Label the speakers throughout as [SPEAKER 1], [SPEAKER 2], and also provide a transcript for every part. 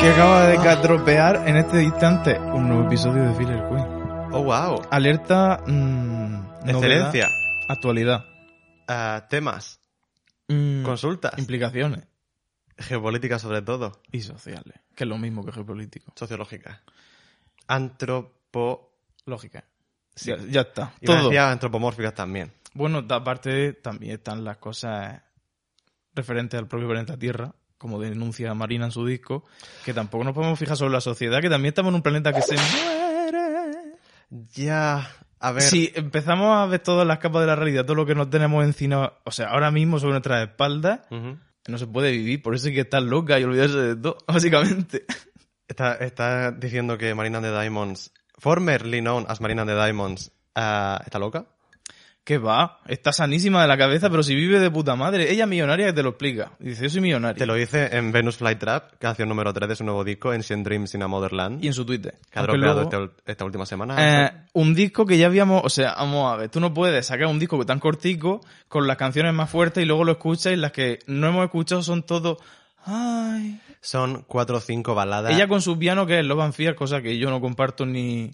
[SPEAKER 1] que acaba de
[SPEAKER 2] Ah.
[SPEAKER 1] dropear en este instante un nuevo episodio de Filler Queen.
[SPEAKER 2] Oh, wow.
[SPEAKER 1] Alerta. mm, novedad,
[SPEAKER 2] Excelencia.
[SPEAKER 1] actualidad.
[SPEAKER 2] Ah, temas.
[SPEAKER 1] Mm,
[SPEAKER 2] Consultas.
[SPEAKER 1] Implicaciones.
[SPEAKER 2] Geopolítica sobre todo.
[SPEAKER 1] Y sociales. Que es lo mismo que geopolítico.
[SPEAKER 2] Sociológica. Antropo...
[SPEAKER 1] Lógica.
[SPEAKER 2] Sí.
[SPEAKER 1] Ya, ya está.
[SPEAKER 2] Y me
[SPEAKER 1] Todo.
[SPEAKER 2] decía antropomórficas también.
[SPEAKER 1] Bueno, da- aparte también están las cosas referentes al propio planeta Tierra, como denuncia Marina en su disco, que tampoco nos podemos fijar sobre la sociedad, que también estamos en un planeta que se muere.
[SPEAKER 2] Ya... A ver...
[SPEAKER 1] Si empezamos a ver todas las capas de la realidad, todo lo que nos tenemos encima, o sea, ahora mismo sobre nuestras espaldas,
[SPEAKER 2] Ujú.
[SPEAKER 1] no se puede vivir, por eso hay que estar loca y olvidarse de todo, básicamente.
[SPEAKER 2] Está, está diciendo que Marina de Diamonds... Formerly known as Marina de Diamonds... ah, ¿Está loca?
[SPEAKER 1] Que va, está sanísima de la cabeza, pero si vive de puta madre, ella es millonaria que te lo explica. Dice, yo soy millonaria.
[SPEAKER 2] Te lo hice en Venus Flytrap, canción número 3 de su nuevo disco, Ancient Dreams in a Motherland,
[SPEAKER 1] Y en su Twitter.
[SPEAKER 2] que ha
[SPEAKER 1] Aunque
[SPEAKER 2] dropeado
[SPEAKER 1] luego-
[SPEAKER 2] este ul- esta última semana.
[SPEAKER 1] Eh, un disco que ya habíamos, o sea, vamos a ver, tú no puedes sacar un disco tan cortico con las canciones más fuertes y luego lo escuchas y las que no hemos escuchado son todo ay.
[SPEAKER 2] Son cuatro o cinco baladas
[SPEAKER 1] Ella con su piano que es Love and Fear, cosa que yo no comparto ni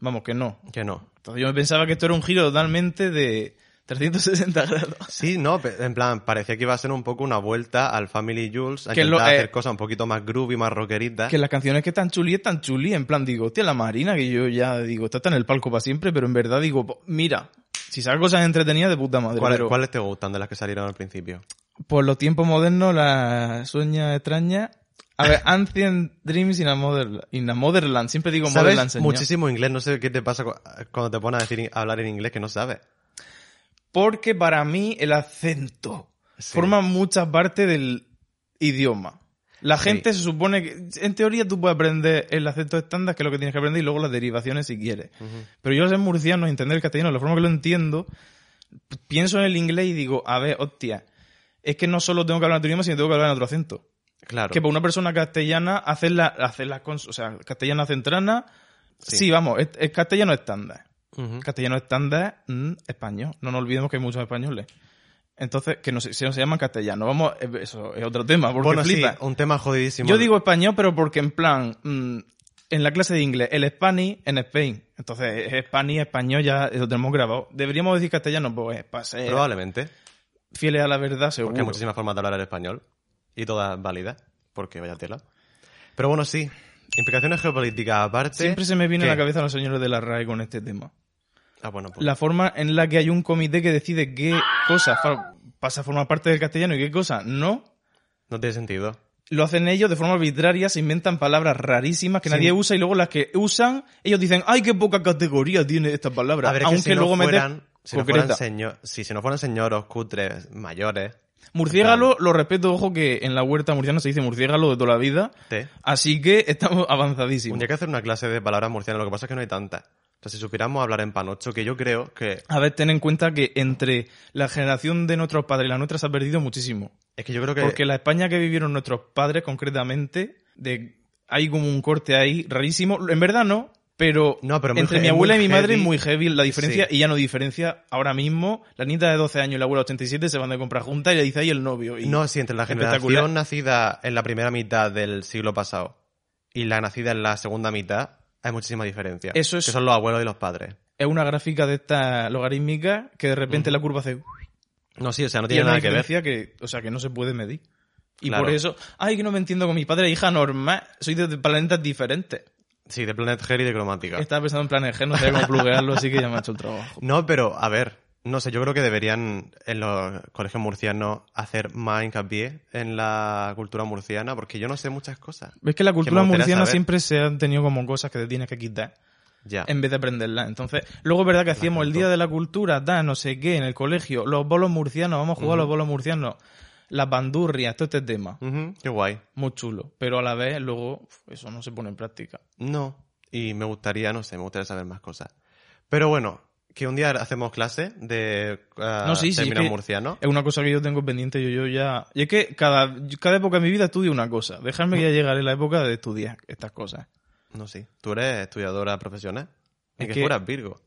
[SPEAKER 1] vamos que no.
[SPEAKER 2] que no.
[SPEAKER 1] Entonces yo me pensaba que esto era un giro totalmente de 360 grados.
[SPEAKER 2] Sí, no, pe- en plan, parecía que iba a ser un poco una vuelta al Family Jules, a
[SPEAKER 1] Que lo-
[SPEAKER 2] intentar
[SPEAKER 1] eh,
[SPEAKER 2] hacer cosas un poquito más groovy, más rockeritas.
[SPEAKER 1] Que las canciones que están chuli están chuli, en plan digo, hostia, la Marina que yo ya digo, está en el palco para siempre, pero en verdad digo, po- mira, si saca cosas entretenidas de puta madre,
[SPEAKER 2] ¿Cuál-
[SPEAKER 1] pero-
[SPEAKER 2] ¿Cuáles te gustan de las que salieron al principio?
[SPEAKER 1] Por los tiempos modernos, la sueña extraña. A ver, Ancient Dreams in a Motherland. In a Motherland. Siempre digo Motherland,
[SPEAKER 2] ¿Sabes
[SPEAKER 1] señor.
[SPEAKER 2] muchísimo inglés? No sé qué te pasa cu- cuando te pones a decir, a hablar en inglés que no sabes.
[SPEAKER 1] Porque para mí el acento
[SPEAKER 2] Sí.
[SPEAKER 1] forma mucha parte del idioma. La
[SPEAKER 2] Sí.
[SPEAKER 1] gente se supone que, en teoría tú puedes aprender el acento estándar, que es lo que tienes que aprender, y luego las derivaciones si quieres.
[SPEAKER 2] Ujú.
[SPEAKER 1] Pero yo al ser murciano y entender el castellano, la forma que lo entiendo, p- pienso en el inglés y digo, a ver, hostia, es que no solo tengo que hablar en otro idioma, sino que tengo que hablar en otro acento.
[SPEAKER 2] Claro.
[SPEAKER 1] que para una persona castellana hacer la, hacer la cons- o sea, castellana centrana, sí,
[SPEAKER 2] Sí.
[SPEAKER 1] vamos, es, es castellano estándar.
[SPEAKER 2] Ujú.
[SPEAKER 1] Castellano estándar, mm, español. No nos olvidemos que hay muchos españoles. Entonces, que no se, se, se llaman castellano. Vamos, eh, eso es otro tema, porque
[SPEAKER 2] Bueno, sí,
[SPEAKER 1] flipa.
[SPEAKER 2] un tema jodidísimo.
[SPEAKER 1] Yo digo español, pero porque en plan, mm, en la clase de inglés, el Spanish en Spain. Entonces, es Spanish, español, ya lo tenemos grabado. Deberíamos decir castellano, pues, para ser
[SPEAKER 2] Probablemente.
[SPEAKER 1] fieles a la verdad, seguro.
[SPEAKER 2] Porque hay muchísimas formas de hablar el español. Y todas válidas. Porque vaya tela. Pero bueno, sí. Implicaciones geopolíticas aparte.
[SPEAKER 1] Siempre se me viene
[SPEAKER 2] ¿Qué?
[SPEAKER 1] a la cabeza los señores de la RAE con este tema.
[SPEAKER 2] Ah, bueno, pues.
[SPEAKER 1] la forma en la que hay un comité que decide qué cosas fa- pasa a formar parte del castellano y qué cosas no,
[SPEAKER 2] No tiene sentido.
[SPEAKER 1] lo hacen ellos de forma arbitraria, se inventan palabras rarísimas que
[SPEAKER 2] Sí.
[SPEAKER 1] nadie usa y luego las que usan, ellos dicen, ay, qué poca categoría tiene esta palabra.
[SPEAKER 2] A ver, es que
[SPEAKER 1] Aunque
[SPEAKER 2] si no
[SPEAKER 1] luego me
[SPEAKER 2] fueran, si no fueran
[SPEAKER 1] concreta.
[SPEAKER 2] señor- sí, si no fueran señoros cutres mayores,
[SPEAKER 1] Murciégalo, lo respeto, ojo que en la huerta murciana se dice murciégalo de toda la vida,
[SPEAKER 2] te.
[SPEAKER 1] así que estamos
[SPEAKER 2] Un
[SPEAKER 1] avanzadísimos.
[SPEAKER 2] día hay que hacer una clase de palabras murcianas, lo que pasa es que no hay tantas. O sea, si supiéramos hablar en panocho, que yo creo que.
[SPEAKER 1] A ver, ten en cuenta que entre la generación de nuestros padres y la nuestra se ha perdido muchísimo.
[SPEAKER 2] Es que yo creo que.
[SPEAKER 1] Porque la España que vivieron nuestros padres, concretamente, de hay como un corte ahí rarísimo. En verdad no, pero,
[SPEAKER 2] No, pero muy
[SPEAKER 1] entre
[SPEAKER 2] he-
[SPEAKER 1] mi
[SPEAKER 2] es
[SPEAKER 1] abuela y
[SPEAKER 2] muy
[SPEAKER 1] mi madre es
[SPEAKER 2] heavy.
[SPEAKER 1] muy heavy la diferencia
[SPEAKER 2] Sí.
[SPEAKER 1] y ya no diferencia. Ahora mismo, la nieta de 12 años y la abuela de 87 se van de comprar juntas y le dice ahí el novio. Y
[SPEAKER 2] No, sí, entre la
[SPEAKER 1] Espectacular.
[SPEAKER 2] generación nacida en la primera mitad del siglo pasado y la nacida en la segunda mitad, hay muchísima diferencia.
[SPEAKER 1] Eso es-
[SPEAKER 2] Que son los abuelos y los padres.
[SPEAKER 1] Es una gráfica de esta logarítmica que de repente la curva hace... uy,
[SPEAKER 2] No, sí, o sea, no
[SPEAKER 1] y hay
[SPEAKER 2] tiene
[SPEAKER 1] una
[SPEAKER 2] nada que ver.
[SPEAKER 1] diferencia que, o sea, que no se puede medir. Y
[SPEAKER 2] Claro.
[SPEAKER 1] por eso, ay, que no me entiendo con mi padre e hija normal, soy de planetas diferentes.
[SPEAKER 2] Sí, de Planet Hell y de cromática.
[SPEAKER 1] Estaba pensando en planes G, no sabía cómo pluguearlo, así que ya me ha hecho el trabajo.
[SPEAKER 2] No, pero, a ver, No sé, yo creo que deberían en los colegios murcianos hacer más hincapié en la cultura murciana, porque yo no sé muchas cosas.
[SPEAKER 1] Ves que la cultura
[SPEAKER 2] gustaría
[SPEAKER 1] murciana
[SPEAKER 2] saber.
[SPEAKER 1] siempre se han tenido como cosas que te tienes que quitar
[SPEAKER 2] Ya.
[SPEAKER 1] en vez de aprenderla. Entonces, luego es verdad que hacíamos el
[SPEAKER 2] cultura.
[SPEAKER 1] día de la cultura, da no sé qué, en el colegio, los bolos murcianos, vamos a jugar a los bolos murcianos, las bandurrias, todo este tema.
[SPEAKER 2] Ujú, qué guay.
[SPEAKER 1] Muy chulo. Pero a la vez, luego, uf, eso no se pone en práctica.
[SPEAKER 2] No. Y me gustaría, no sé, me gustaría saber más cosas. Pero bueno, que un día hacemos clase de ah,
[SPEAKER 1] No, sí, sí,
[SPEAKER 2] términos
[SPEAKER 1] es que-
[SPEAKER 2] murcianos.
[SPEAKER 1] Es una cosa que yo tengo pendiente, yo, yo ya... Y es que cada, yo cada época de mi vida estudio una cosa. Dejarme que ya llegaré la época de estudiar estas cosas.
[SPEAKER 2] No, sí. Tú eres estudiadora profesional. Y
[SPEAKER 1] Es
[SPEAKER 2] que,
[SPEAKER 1] que-
[SPEAKER 2] fueras Virgo.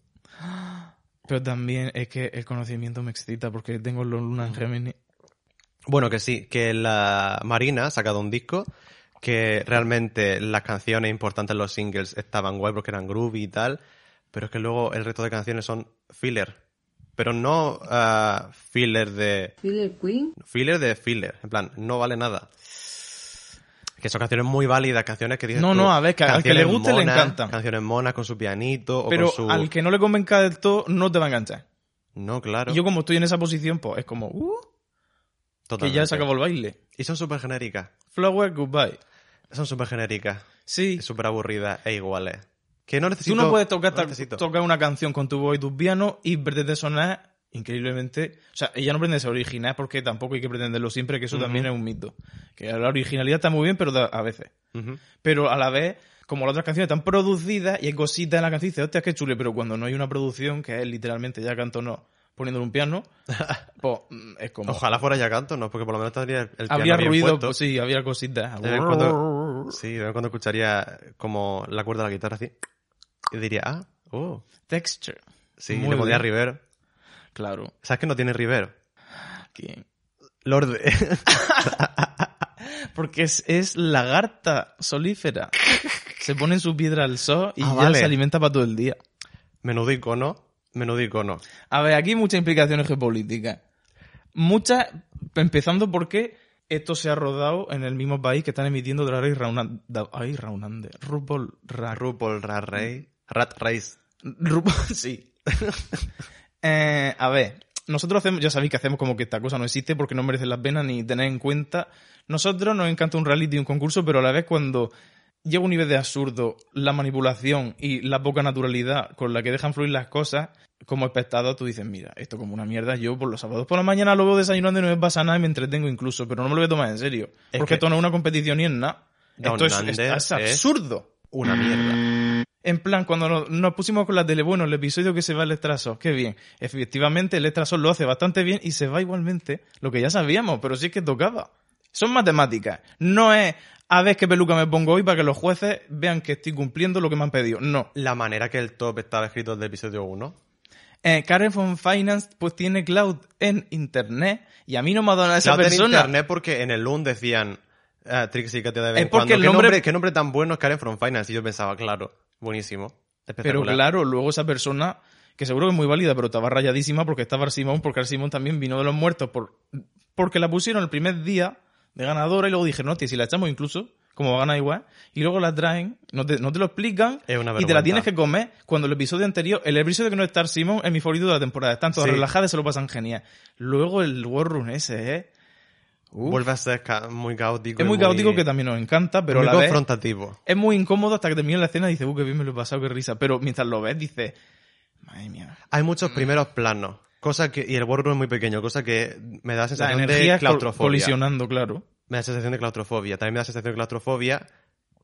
[SPEAKER 1] Pero también es que el conocimiento me excita porque tengo los lunas
[SPEAKER 2] Mm.
[SPEAKER 1] en Géminis.
[SPEAKER 2] Bueno, que sí, que la Marina ha sacado un disco que realmente las canciones importantes, los singles, estaban guay porque eran groovy y tal, pero es que luego el resto de canciones son filler. Pero no ah, filler de...
[SPEAKER 3] Filler Queen.
[SPEAKER 2] Filler de filler. En plan, no vale nada. Que son canciones muy válidas, canciones que dicen
[SPEAKER 1] No, no, a ver, que al que le guste le encantan.
[SPEAKER 2] Canciones monas con su pianito o
[SPEAKER 1] Pero
[SPEAKER 2] con su...
[SPEAKER 1] al que no le convenga del todo, no te va a enganchar.
[SPEAKER 2] No, claro.
[SPEAKER 1] Y yo como estoy en esa posición, pues es como... Uh, que
[SPEAKER 2] totalmente.
[SPEAKER 1] ya se acabó el baile.
[SPEAKER 2] Y son súper genéricas.
[SPEAKER 1] Flower, goodbye.
[SPEAKER 2] Son súper genéricas.
[SPEAKER 1] Sí.
[SPEAKER 2] Es súper aburrida e iguales. Que no necesito.
[SPEAKER 1] Tú no puedes tocar,
[SPEAKER 2] no necesito.
[SPEAKER 1] tocar una canción con tu voz y tu piano y pretender sonar increíblemente. O sea, ella no pretende ser original porque tampoco hay que pretenderlo siempre, que eso
[SPEAKER 2] Ujú.
[SPEAKER 1] también es un mito. Que la originalidad está muy bien, pero da- a veces.
[SPEAKER 2] Ujú.
[SPEAKER 1] Pero a la vez, como las otras canciones están producidas y hay cositas en la canción, dices, hostia, qué chule, pero cuando no hay una producción, que es literalmente ya canto no poniéndole un piano, pues mm, es como.
[SPEAKER 2] Ojalá fuera ya canto, ¿no? Porque por lo menos tendría el piano
[SPEAKER 1] Habría
[SPEAKER 2] bien
[SPEAKER 1] ruido,
[SPEAKER 2] puesto. Eh,
[SPEAKER 1] pues sí, había cositas.
[SPEAKER 2] De vez en cuando- Sí, de vez en cuando escucharía como la cuerda de la guitarra así. Y diría, ah, oh.
[SPEAKER 1] Texture.
[SPEAKER 2] Sí,
[SPEAKER 1] Muy
[SPEAKER 2] le ponía
[SPEAKER 1] bien.
[SPEAKER 2] River.
[SPEAKER 1] Claro.
[SPEAKER 2] ¿Sabes que no tiene River?
[SPEAKER 1] ¿Quién?
[SPEAKER 2] Lorde.
[SPEAKER 1] Porque es, es lagarta solífera. Se pone en su piedra al sol y
[SPEAKER 2] Ah,
[SPEAKER 1] ya
[SPEAKER 2] vale.
[SPEAKER 1] se alimenta para todo el día.
[SPEAKER 2] menudo icono, menudo icono.
[SPEAKER 1] A ver, aquí hay muchas implicaciones geopolíticas. Muchas, empezando porque esto se ha rodado en el mismo país que están emitiendo Drag Race Raunande. Ay, Raunande. RuPaul Drag
[SPEAKER 2] RuPaul, Rat Race. Rat Race.
[SPEAKER 1] RuPaul, sí. Eh, a ver, nosotros hacemos, ya sabéis que hacemos como que esta cosa no existe porque no merece la pena ni tener en cuenta. Nosotros nos encanta un reality y un concurso, pero a la vez cuando llega un nivel de absurdo la manipulación y la poca naturalidad con la que dejan fluir las cosas, como espectador tú dices, mira, esto como una mierda, yo por los sábados por la mañana lo veo desayunando y no me pasa nada y me entretengo incluso, pero no me lo voy a tomar en serio.
[SPEAKER 2] Es
[SPEAKER 1] porque
[SPEAKER 2] que-
[SPEAKER 1] esto no es una competición ni es nada. Esto es, es-
[SPEAKER 2] Donander
[SPEAKER 1] es
[SPEAKER 2] es-
[SPEAKER 1] absurdo.
[SPEAKER 2] Una mierda.
[SPEAKER 1] En plan, cuando nos, nos pusimos con la tele, bueno, el episodio que se va el Estrasos, qué bien. Efectivamente, el Estrasos lo hace bastante bien y se va igualmente, lo que ya sabíamos, pero sí es que tocaba. Son matemáticas. No es a ver qué peluca me pongo hoy para que los jueces vean que estoy cumpliendo lo que me han pedido. No.
[SPEAKER 2] La manera que el top estaba escrito del episodio 1.
[SPEAKER 1] Eh, Karen von Finance pues tiene cloud en internet y a mí no me ha dado nada esa
[SPEAKER 2] La otra en
[SPEAKER 1] persona.
[SPEAKER 2] internet porque en el Loom decían ah, Trixie Katia de vez
[SPEAKER 1] Es
[SPEAKER 2] en
[SPEAKER 1] porque
[SPEAKER 2] cuando.
[SPEAKER 1] el
[SPEAKER 2] ¿Qué,
[SPEAKER 1] nombre-
[SPEAKER 2] nombre... qué nombre tan bueno es Karen From Finance. Y yo pensaba, claro, buenísimo.
[SPEAKER 1] Pero
[SPEAKER 2] espectacular.
[SPEAKER 1] claro, luego esa persona, que seguro que es muy válida, pero estaba rayadísima porque estaba Simón, porque Simón también vino de los muertos, por, porque la pusieron el primer día de ganadora y luego dije, no, tío, si la echamos incluso, como va a ganar igual, y luego la traen, no te, no te lo explican.
[SPEAKER 2] Es una
[SPEAKER 1] Y te la
[SPEAKER 2] vergüenza.
[SPEAKER 1] tienes que comer cuando el episodio anterior, el episodio que no está Simón es mi favorito de la temporada. Están todas
[SPEAKER 2] Sí.
[SPEAKER 1] relajadas y se lo pasan genial. Luego el War Room ese, ¿eh? Uf.
[SPEAKER 2] Vuelve a ser ca- muy caótico.
[SPEAKER 1] es
[SPEAKER 2] y
[SPEAKER 1] muy caótico que también nos encanta, pero a
[SPEAKER 2] muy
[SPEAKER 1] la vez
[SPEAKER 2] confrontativo.
[SPEAKER 1] es muy incómodo hasta que termina la escena y dices, uh, qué bien me lo he pasado, qué risa. Pero mientras lo ves, dices, madre mía.
[SPEAKER 2] Hay
[SPEAKER 1] Mm.
[SPEAKER 2] muchos primeros planos. Cosa que, y el War Room es muy pequeño, cosa que me da la
[SPEAKER 1] La
[SPEAKER 2] sensación
[SPEAKER 1] energía
[SPEAKER 2] de
[SPEAKER 1] es col-
[SPEAKER 2] claustrofobia.
[SPEAKER 1] colisionando, claro.
[SPEAKER 2] Me da sensación de claustrofobia. También me da sensación de claustrofobia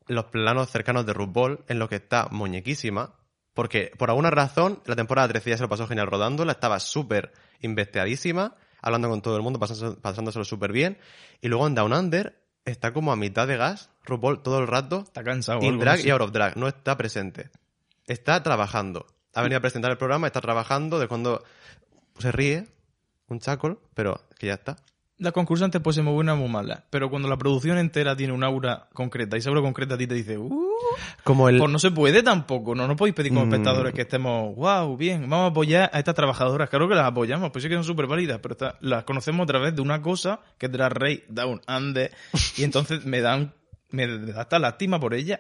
[SPEAKER 2] los planos cercanos de RuPaul, en los que está muñequísima. Porque por alguna razón, la temporada 13 ya se lo pasó genial rodándola, estaba súper investeadísima, hablando con todo el mundo, pasándose- pasándoselo súper bien. Y luego en Down Under está como a mitad de gas, RuPaul todo el rato,
[SPEAKER 1] Está cansado. o
[SPEAKER 2] in
[SPEAKER 1] algo,
[SPEAKER 2] drag
[SPEAKER 1] no sé.
[SPEAKER 2] y out of drag, no está presente. Está trabajando. Ha venido a presentar el programa, está trabajando, de cuando se ríe, un chacol, pero es que ya está.
[SPEAKER 1] Las concursantes pues se muy buena muy mala. Pero cuando la producción entera tiene un aura concreta y ese aura concreta a ti te dice, uh,
[SPEAKER 2] Como el,
[SPEAKER 1] pues no se puede tampoco. No, no podéis pedir como
[SPEAKER 2] Mm.
[SPEAKER 1] espectadores que estemos, wow, bien, vamos a apoyar a estas trabajadoras. Claro que las apoyamos, pues sí que son súper válidas, pero está- las conocemos a través de una cosa que es Drag Race Down Under. Y entonces me dan, me da hasta lástima por ella.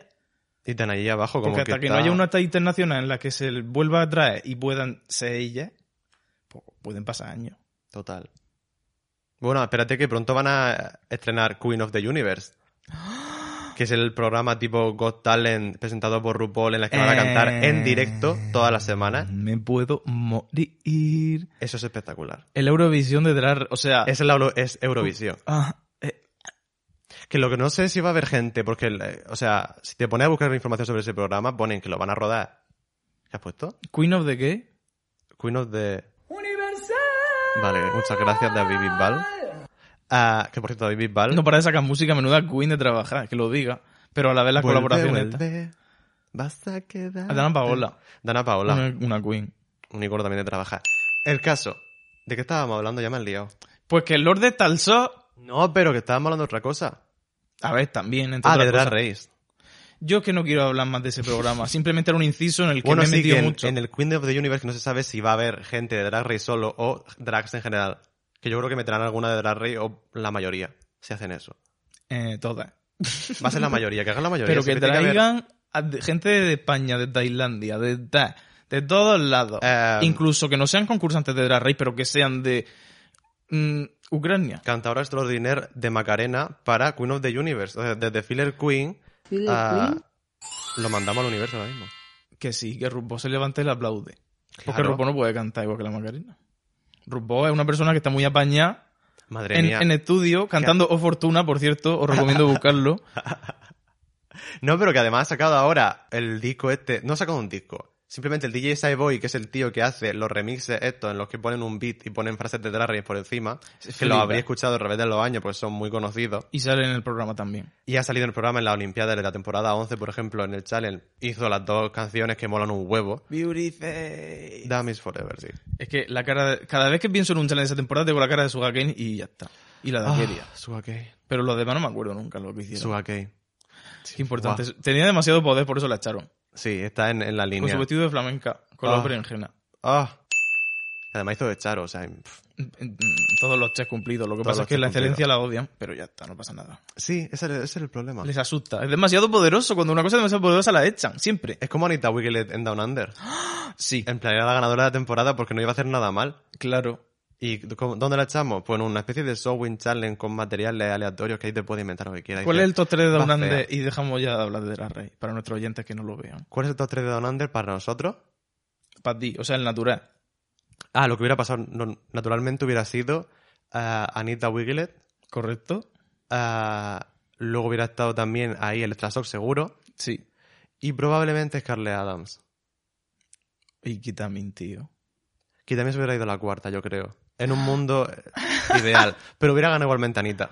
[SPEAKER 2] Y están ahí abajo como
[SPEAKER 1] Porque hasta que,
[SPEAKER 2] está-
[SPEAKER 1] no haya una talla internacional en la que se vuelva a traer y puedan ser ellas, pues po- pueden pasar años.
[SPEAKER 2] Total. Bueno, espérate que pronto van a estrenar Queen of the Universe. Que es el programa tipo Got Talent presentado por RuPaul en el que van a cantar en directo todas las semanas.
[SPEAKER 1] Eh, Me puedo morir.
[SPEAKER 2] Eso es espectacular.
[SPEAKER 1] El Eurovisión de Drar, o sea...
[SPEAKER 2] Es, la Euro- es Eurovisión.
[SPEAKER 1] ah, eh,
[SPEAKER 2] Que lo que no sé es si va a haber gente, porque, eh, o sea, si te pones a buscar información sobre ese programa, ponen que lo van a rodar. ¿Qué has puesto?
[SPEAKER 1] ¿Queen of the qué?
[SPEAKER 2] Queen of the... Vale, muchas gracias David Bisbal. Ah, que por cierto, David Bisbal...
[SPEAKER 1] No para de sacar música, menuda Queen de trabajar, que lo diga. Pero a la vez la
[SPEAKER 2] Vuelve,
[SPEAKER 1] colaboración esta.
[SPEAKER 2] vuelve, Vas a quedar.
[SPEAKER 1] A Dana Paola.
[SPEAKER 2] Dana Paola.
[SPEAKER 1] Una, una Queen.
[SPEAKER 2] Un icono también de trabajar. El caso. ¿De qué estábamos hablando? Ya me han liado.
[SPEAKER 1] Pues que el Lord de Talsó...
[SPEAKER 2] No, pero que estábamos hablando de otra cosa.
[SPEAKER 1] A ver, también, entre
[SPEAKER 2] Ah,
[SPEAKER 1] otras
[SPEAKER 2] de Drag
[SPEAKER 1] cosas.
[SPEAKER 2] Race.
[SPEAKER 1] Yo es que no quiero hablar más de ese programa. Simplemente era un inciso en el que
[SPEAKER 2] Bueno,
[SPEAKER 1] me he
[SPEAKER 2] sí,
[SPEAKER 1] metido
[SPEAKER 2] que en,
[SPEAKER 1] mucho.
[SPEAKER 2] en el Queen of the Universe no se sabe si va a haber gente de Drag Race solo o drags en general. Que yo creo que meterán alguna de Drag Race o la mayoría, si hacen eso.
[SPEAKER 1] Eh, todas.
[SPEAKER 2] Va a ser la mayoría, que hagan la mayoría.
[SPEAKER 1] Pero que
[SPEAKER 2] siempre tiene haber,
[SPEAKER 1] traigan a de- gente de España, de Tailandia, de, ta- de todos lados.
[SPEAKER 2] eh,
[SPEAKER 1] Incluso que no sean concursantes de Drag Race, pero que sean de mm, Ucrania.
[SPEAKER 2] Cantadora extraordinaire de Macarena para Queen of the Universe. O sea, desde Filler Queen Ah, Lo mandamos al universo ahora mismo.
[SPEAKER 1] Que sí, que Rubo se levante y le aplaude. Porque
[SPEAKER 2] Claro.
[SPEAKER 1] Rubo no puede cantar igual que la Macarena. Rubo es una persona que está muy apañada
[SPEAKER 2] Madre
[SPEAKER 1] en,
[SPEAKER 2] mía.
[SPEAKER 1] en estudio, cantando O Fortuna, por cierto, os recomiendo buscarlo.
[SPEAKER 2] No, pero que además ha sacado ahora el disco este. No ha sacado un disco. Simplemente el DJ Cyboy, que es el tío que hace los remixes estos en los que ponen un beat y ponen frases de Drag Race por encima, que lo
[SPEAKER 1] Flipa.
[SPEAKER 2] habría escuchado a través de los años porque son muy conocidos.
[SPEAKER 1] Y sale en el programa también.
[SPEAKER 2] Y ha salido en el programa en la Olimpiada de la temporada 11, por ejemplo, en el challenge. Hizo las dos canciones que molan un huevo.
[SPEAKER 1] Beauty
[SPEAKER 2] Damn is Forever, sí.
[SPEAKER 1] Es que la cara de- cada vez que pienso en un challenge de esa temporada tengo la cara de Suga Kane y ya está. Y la de Akeria.
[SPEAKER 2] Ah, Suga Kei.
[SPEAKER 1] Pero los demás no me acuerdo nunca lo que hicieron.
[SPEAKER 2] Suga Kei.
[SPEAKER 1] Qué importante. Tenía demasiado poder, por eso la echaron.
[SPEAKER 2] Sí, está en, en la
[SPEAKER 1] Con su
[SPEAKER 2] línea.
[SPEAKER 1] vestido de flamenca,
[SPEAKER 2] Ah.
[SPEAKER 1] color berenjena.
[SPEAKER 2] Ah. Además hizo de Charo, o sea, pff,
[SPEAKER 1] Mm, mm, Todos los tres cumplidos. Lo que
[SPEAKER 2] Todos
[SPEAKER 1] pasa
[SPEAKER 2] los
[SPEAKER 1] es que
[SPEAKER 2] tres
[SPEAKER 1] la excelencia la odian, pero ya está, no pasa nada.
[SPEAKER 2] Sí, ese, era- ese era el problema.
[SPEAKER 1] Les asusta. Es demasiado poderoso. Cuando una cosa es demasiado poderosa la echan, siempre.
[SPEAKER 2] Es como Anita Wigglet en Down Under.
[SPEAKER 1] Sí,
[SPEAKER 2] En plan, era la ganadora de la temporada porque no iba a hacer nada mal.
[SPEAKER 1] claro.
[SPEAKER 2] ¿Y cómo- dónde la echamos? Pues en una especie de showing challenge con materiales aleatorios que ahí te puedes inventar lo que quieras.
[SPEAKER 1] ¿Cuál es el top 3 de
[SPEAKER 2] va
[SPEAKER 1] Down
[SPEAKER 2] fea.
[SPEAKER 1] Under? Y dejamos ya de hablar de la Rey, para nuestros oyentes que no lo vean.
[SPEAKER 2] ¿Cuál es el top 3 de Down Under para nosotros?
[SPEAKER 1] Para ti, o sea, el natural.
[SPEAKER 2] Ah, lo que hubiera pasado no- naturalmente hubiera sido ah, Anita Wigglet.
[SPEAKER 1] ¿Correcto?
[SPEAKER 2] ah, luego hubiera estado también ahí el Strasok seguro.
[SPEAKER 1] Sí.
[SPEAKER 2] Y probablemente Scarlett Adams.
[SPEAKER 1] Y quitamin, tío.
[SPEAKER 2] Que también se hubiera ido a la cuarta, yo creo. En un mundo eh, ideal. Pero hubiera ganado igualmente Anita.